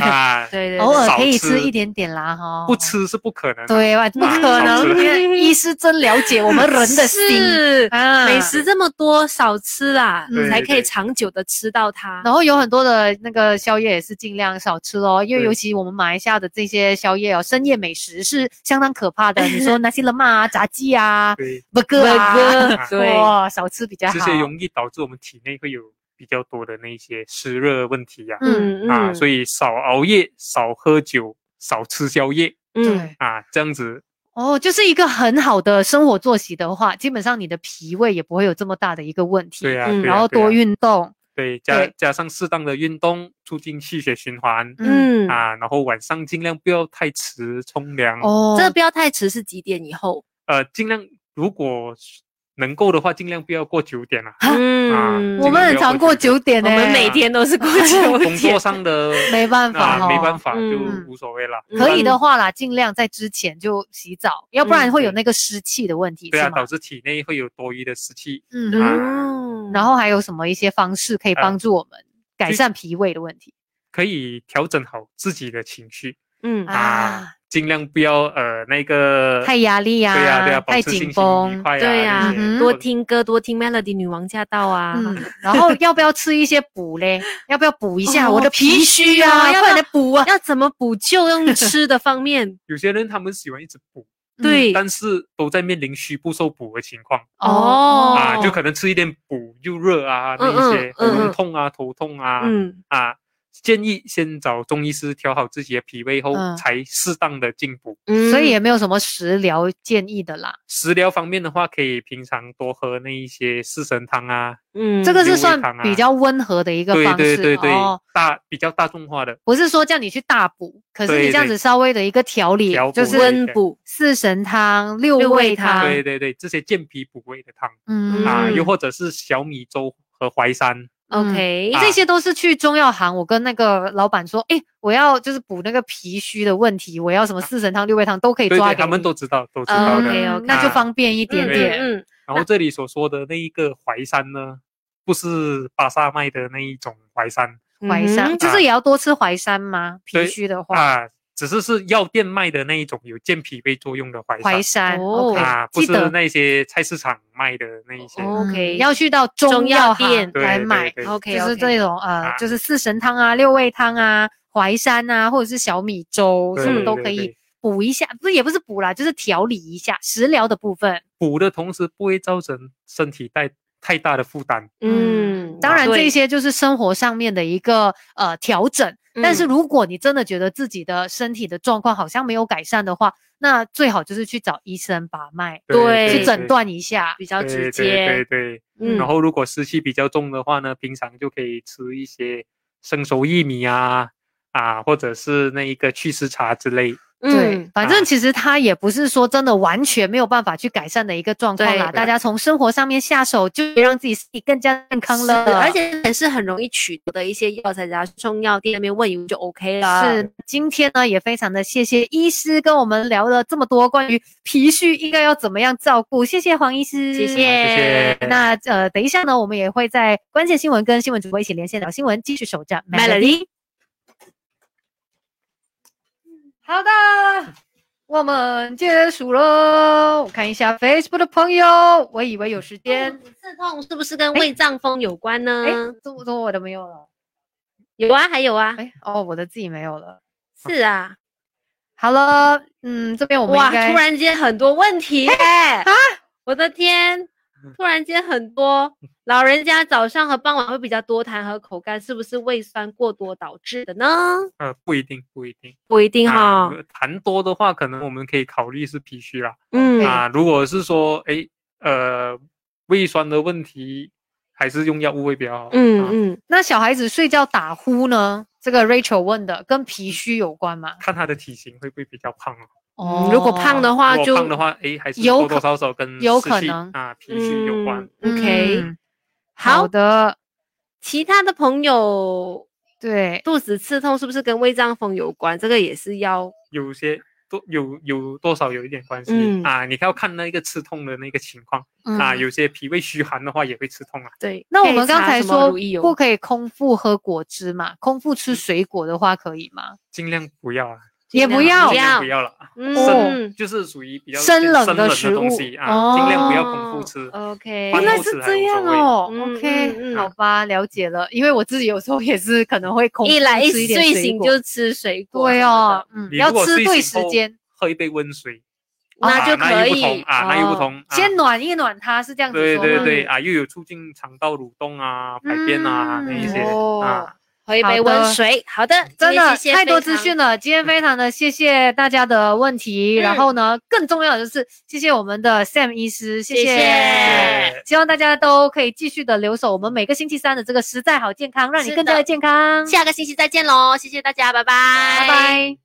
Speaker 1: 啊
Speaker 3: 对对，
Speaker 2: 偶尔可以
Speaker 1: 少吃
Speaker 2: 吃一点点啦，哈，
Speaker 1: 不。吃是不可能的。
Speaker 2: 对吧？不
Speaker 1: 啊
Speaker 2: 可
Speaker 1: 少
Speaker 2: 能，
Speaker 1: 吃
Speaker 2: 因为医师真了解我们人的 (laughs) 心
Speaker 3: 是
Speaker 2: 啊
Speaker 3: 美食这么多，少吃啦
Speaker 2: 嗯，
Speaker 3: 才可以
Speaker 1: 对对
Speaker 3: 长久的吃到它。
Speaker 2: 然后有很多的那个宵夜也是尽量少吃咯，因为
Speaker 1: 对
Speaker 2: 尤其我们马来西亚的这些宵夜哦，深夜美食是相当可 (laughs) 怕的。你说那些冷嘛啊、炸鸡 (laughs) 啊、
Speaker 1: 对，
Speaker 2: burger 啊，
Speaker 1: 啊
Speaker 3: 对，
Speaker 2: 哇，少吃比较好
Speaker 1: 这。些容易导致我们体内会有比较多的那一些湿热问题呀、
Speaker 3: 嗯
Speaker 1: 啊，所
Speaker 3: 以
Speaker 1: 以少熬夜、少喝酒、少吃宵夜
Speaker 3: 嗯
Speaker 2: 对，
Speaker 1: 啊，这样子
Speaker 2: 哦，就是一个很好的生活作息的话，基本上你的脾胃也不会有这么大的一个问题。
Speaker 1: 对啊，
Speaker 3: 嗯
Speaker 1: 对啊
Speaker 2: 然后
Speaker 1: 对啊
Speaker 2: 多运动，
Speaker 1: 对加
Speaker 2: 对
Speaker 1: 加上适当的运动，促进气血循环、
Speaker 2: 嗯，
Speaker 3: 嗯，
Speaker 1: 啊，然后晚上尽量不要太迟冲凉，
Speaker 2: 哦，
Speaker 3: 这不要太迟，是几点以后？
Speaker 1: 呃，尽量如果能够的话，尽量不要过九点啊。啊
Speaker 3: 嗯，
Speaker 2: 我们很常过九点欸
Speaker 3: 我
Speaker 2: 呢，
Speaker 3: 们每天都
Speaker 2: (laughs)
Speaker 3: 是过九
Speaker 1: (laughs) 工
Speaker 3: 点
Speaker 1: 作。上的
Speaker 2: 没办法
Speaker 1: 啊，
Speaker 2: 哦，
Speaker 1: 没办法就
Speaker 3: 嗯
Speaker 1: 无所谓了。
Speaker 2: 可以的
Speaker 3: 嗯
Speaker 2: 话啦，尽量在之前就洗澡，要不然
Speaker 3: 嗯
Speaker 2: 会有
Speaker 1: 对
Speaker 2: 那个湿气的问题，
Speaker 1: 对
Speaker 2: 是
Speaker 1: 啊，
Speaker 2: 吗
Speaker 1: 导？致体内会有多余的湿气，
Speaker 2: 嗯，
Speaker 1: 啊
Speaker 3: 嗯，
Speaker 2: 然后还有什么一些方式可以
Speaker 1: 呃
Speaker 2: 帮助我们改
Speaker 1: 最
Speaker 2: 善脾胃的问题
Speaker 1: 可以调整好自己的情绪
Speaker 3: 嗯
Speaker 2: 啊
Speaker 1: 啊，尽量不要呃那个
Speaker 2: 太压力呀、
Speaker 1: 对呀、啊对呀、保
Speaker 2: 太
Speaker 1: 持心情
Speaker 2: 紧
Speaker 1: 愉
Speaker 2: 绷，
Speaker 1: 快
Speaker 3: 对呀
Speaker 1: 哎呀、
Speaker 2: 嗯
Speaker 1: 这些
Speaker 2: 哼
Speaker 3: 多听歌，多听 Melody 女王驾到啊。
Speaker 2: 嗯，
Speaker 1: (laughs)
Speaker 2: 然后要不要吃一些补嘞？要不要补一下、
Speaker 3: 哦
Speaker 2: 我的
Speaker 3: 脾
Speaker 2: 脾
Speaker 3: 虚
Speaker 2: 虚
Speaker 3: 啊
Speaker 2: 啊？
Speaker 3: 要
Speaker 2: 要
Speaker 3: 不
Speaker 2: 不
Speaker 3: 要
Speaker 2: 然补啊？
Speaker 3: 要怎么补救？用吃的方面，
Speaker 1: 有些人他们喜欢一直补，
Speaker 3: 对
Speaker 1: 但是都在面临虚不受补的情况、
Speaker 2: 哦
Speaker 1: 啊，就可能吃一点补又热啊，那一些
Speaker 3: 嗯嗯嗯
Speaker 1: 喉咙痛啊、头痛啊、
Speaker 3: 嗯，
Speaker 1: 啊，建议先找中医师调好自己的脾胃后，
Speaker 2: 嗯
Speaker 1: 才适当的进补。
Speaker 3: 嗯
Speaker 2: 所以也没有什么食疗建议的啦。
Speaker 1: 食疗方面的话，可以平常多喝那一些四神汤啊，
Speaker 3: 嗯
Speaker 2: 这个
Speaker 1: 六
Speaker 2: 是
Speaker 1: 味
Speaker 2: 算
Speaker 1: 汤啊
Speaker 2: 比较温和的一个
Speaker 1: 对
Speaker 2: 方
Speaker 1: 对
Speaker 2: 式
Speaker 1: 对对，
Speaker 2: 哦。
Speaker 1: 大比较大众化的
Speaker 2: 不是说叫你去大补，可是
Speaker 1: 对
Speaker 2: 你这样
Speaker 1: 对
Speaker 2: 子稍微的一个调理
Speaker 1: 调，
Speaker 2: 就
Speaker 1: 补
Speaker 2: 是
Speaker 1: 类
Speaker 3: 温补，
Speaker 2: 四神汤、六
Speaker 3: 六味
Speaker 2: 味
Speaker 3: 汤
Speaker 2: 汤，
Speaker 1: 对对对，这些健脾补胃的汤、
Speaker 2: 啊嗯
Speaker 1: 啊，
Speaker 3: 嗯
Speaker 1: 又或者是小米粥和淮山，
Speaker 2: 嗯
Speaker 3: OK，
Speaker 1: 啊
Speaker 2: 这些都是去中药行，我跟那个老板说，诶，我要就是补那个脾虚的问题，我要什么四神汤、六味汤都可以
Speaker 1: 对
Speaker 2: 抓
Speaker 1: 对，
Speaker 2: 给
Speaker 1: 他们
Speaker 2: 你
Speaker 1: 都知道，都知道的。
Speaker 3: OK，
Speaker 2: 嗯那就方便一点
Speaker 1: 对
Speaker 2: 点。
Speaker 3: 嗯嗯
Speaker 1: 然后这里所说的那一个淮山呢，不是巴萨卖的那一种淮山
Speaker 3: 嗯，
Speaker 2: 淮山
Speaker 3: 嗯
Speaker 2: 就是也要多吃淮山
Speaker 1: 啊
Speaker 2: 吗？
Speaker 1: 对
Speaker 2: 脾虚的话，
Speaker 1: 啊，只是是药店卖的那一种有健脾胃作用的淮
Speaker 2: 淮
Speaker 1: 山
Speaker 2: 山
Speaker 3: 哦
Speaker 2: OK，
Speaker 1: 啊，不
Speaker 2: 记
Speaker 1: 是
Speaker 2: 得
Speaker 1: 那些菜市场卖的那一些。
Speaker 3: 哦
Speaker 2: 嗯
Speaker 3: OK
Speaker 2: 要去到
Speaker 3: 中
Speaker 2: 中
Speaker 3: 药
Speaker 2: 药行
Speaker 3: 店
Speaker 1: 对
Speaker 2: 来
Speaker 1: 对
Speaker 2: 买，
Speaker 1: 对
Speaker 3: OK，嗯
Speaker 2: 就是这种呃
Speaker 1: 啊，
Speaker 2: 就是四神汤啊、六味汤啊、淮山啊，或者是小米粥，
Speaker 1: 对
Speaker 2: 什么
Speaker 1: 对
Speaker 2: 都
Speaker 1: 对
Speaker 2: 可以
Speaker 1: 对
Speaker 2: 补一下，不是也不是补啦，就是调理一下食疗的部
Speaker 3: 嗯
Speaker 2: 分。
Speaker 1: 补的同时不会造成身体带太大的负担。
Speaker 3: 嗯，
Speaker 2: 当然，这
Speaker 3: 对，
Speaker 2: 些就是生活上面的一个呃调整。但是
Speaker 3: 嗯
Speaker 2: 如果你真的觉得自己的身体的状况好像没有改善的话，那最好就是去找医生把脉，
Speaker 3: 对
Speaker 2: 去诊断一下。
Speaker 3: 比较
Speaker 1: 对
Speaker 3: 直
Speaker 1: 对对
Speaker 3: 接，
Speaker 1: 对。
Speaker 3: 嗯
Speaker 1: 然后如果湿气比较重的话呢，平常就可以吃一些生熟薏米啊啊，或者是那一个祛湿茶之类。
Speaker 2: 对
Speaker 3: 嗯，，
Speaker 2: 反
Speaker 1: 啊
Speaker 2: 正其实它也不是说真的完全没有办法去改善的一个状况
Speaker 3: 对
Speaker 2: 啦。
Speaker 1: 对
Speaker 2: 大家从生活上面下手，就让自己身体更加健康
Speaker 3: 是
Speaker 2: 了。
Speaker 3: 而且也是很容易取得的一些药材，然后中药店那边问一问就 OK 了。
Speaker 2: 是，今天呢也非常的谢谢医师跟我们聊了这么多关于脾虚应该要怎么样照顾，谢谢黄医师，
Speaker 3: 谢
Speaker 1: 啊谢谢
Speaker 2: 那呃，等一下呢，我们也会在关键新闻跟新闻主播一起连线聊新闻，继续守着
Speaker 3: Melody。
Speaker 2: 好的，我们结束喽。我看一下 Facebook 的朋友，我以为有时间，
Speaker 3: 刺痛是不是跟胃胀风有关
Speaker 2: 哎
Speaker 3: 呢？，
Speaker 2: 中中我的没有了，
Speaker 3: 有啊，还有啊，
Speaker 2: 哎，哦，我的自己没有了。
Speaker 3: 是啊，
Speaker 2: 好了，嗯，这边我们
Speaker 3: 哇，
Speaker 2: 应该
Speaker 3: 突然间很多问题哎、我的天，突然间很多。老人家早上和傍晚会比较多痰和口干，是不是胃酸过多导致的呢？
Speaker 1: 呃，不一定，不一定。
Speaker 3: 不一定
Speaker 1: 啊
Speaker 3: 哈，，
Speaker 1: 痰多的话，可能我们可以考虑是脾虚啦。
Speaker 3: 嗯
Speaker 1: 啊，如果是说，哎，呃，胃酸的问题，还是用药物会比较好。啊
Speaker 3: 嗯嗯，
Speaker 2: 那小孩子睡觉打呼呢？这个 Rachel 问的，跟脾虚有关吗？
Speaker 1: 看他的体型会不会比较胖啊。
Speaker 3: 嗯
Speaker 2: 哦
Speaker 3: 如果胖的话
Speaker 1: 如果
Speaker 3: 就
Speaker 1: 胖的话，哎，还是
Speaker 2: 有
Speaker 1: 多多
Speaker 2: 可
Speaker 1: 少少跟
Speaker 2: 有
Speaker 1: 湿
Speaker 2: 可
Speaker 1: 气
Speaker 2: 能
Speaker 1: 啊脾虚有关。
Speaker 3: 嗯 OK，、
Speaker 2: 嗯
Speaker 3: 好
Speaker 2: 好的，
Speaker 3: 其他的朋友
Speaker 2: 对，
Speaker 3: 肚子刺痛是不是跟胃胀风有关？这个也是要
Speaker 1: 有些多有有多少有一点关系、
Speaker 3: 嗯
Speaker 1: 啊，你要看那个刺痛的那个情况、
Speaker 2: 嗯
Speaker 1: 啊，有些脾胃虚寒的话也会刺痛啊。
Speaker 3: 对。
Speaker 2: 那
Speaker 3: 可
Speaker 2: 我
Speaker 3: 以
Speaker 2: 们刚
Speaker 3: 擦
Speaker 2: 才
Speaker 3: 什么
Speaker 2: 说
Speaker 3: 乳液油嗯
Speaker 2: 不可以空腹喝果汁嘛，空腹吃水果的话可以吗？
Speaker 1: 尽量不要啊，
Speaker 2: 也不
Speaker 3: 量
Speaker 2: 要
Speaker 1: 尽量不
Speaker 3: 不
Speaker 1: 要了，
Speaker 3: 嗯，
Speaker 1: 就是属于比较
Speaker 2: 生
Speaker 1: 偏
Speaker 2: 冷
Speaker 1: 生
Speaker 2: 的
Speaker 1: 冷
Speaker 2: 食
Speaker 1: 东
Speaker 2: 物呃
Speaker 1: 西啊，尽量不要空
Speaker 3: 哦
Speaker 1: 腹吃。
Speaker 3: OK，
Speaker 1: 饭
Speaker 2: 原来
Speaker 1: 后吃
Speaker 2: 是
Speaker 1: 还
Speaker 2: 这
Speaker 1: 无
Speaker 2: 样
Speaker 1: 所谓
Speaker 2: 哦
Speaker 3: 嗯
Speaker 2: ，OK，、
Speaker 3: 嗯嗯
Speaker 2: 好吧，了解了。因为我自己有时候也是可能会空腹
Speaker 3: 一来一
Speaker 2: 哦吃点
Speaker 3: 睡
Speaker 2: 水
Speaker 3: 醒
Speaker 2: 果
Speaker 3: 就吃水果，
Speaker 2: 对哦，，嗯，
Speaker 1: 你
Speaker 2: 要
Speaker 1: 如果
Speaker 2: 吃
Speaker 1: 睡
Speaker 2: 对
Speaker 1: 醒
Speaker 2: 时
Speaker 1: 后
Speaker 2: 间，哦
Speaker 1: 喝一杯温水，
Speaker 3: 那
Speaker 1: 啊
Speaker 3: 就可
Speaker 1: 那又不同
Speaker 3: 以
Speaker 1: 啊，那又不
Speaker 3: 哦
Speaker 1: 同。啊
Speaker 2: 先暖一暖它，是这样子
Speaker 1: 对
Speaker 2: 说吗？
Speaker 1: 对对啊，又有促进肠道蠕动啊、排便啊那一些
Speaker 3: 嗯哦
Speaker 1: 啊。
Speaker 3: 喝一
Speaker 2: 好
Speaker 3: 杯
Speaker 2: 的
Speaker 3: 温水。好的，今
Speaker 2: 真
Speaker 3: 天
Speaker 2: 的
Speaker 3: 谢谢
Speaker 2: 太多
Speaker 3: 非常
Speaker 2: 资讯了，今天非常的谢谢大家的问题，
Speaker 3: 嗯
Speaker 2: 然后呢，更重要的就是谢谢我们的 Sam 医师，谢
Speaker 3: 谢谢
Speaker 2: 希望大家都可以继续的留守我们每个星期三的这个实在好健康，让你
Speaker 3: 是的
Speaker 2: 更加的健康，
Speaker 3: 下个星期再见喽，谢谢大家，拜拜，
Speaker 2: 拜拜。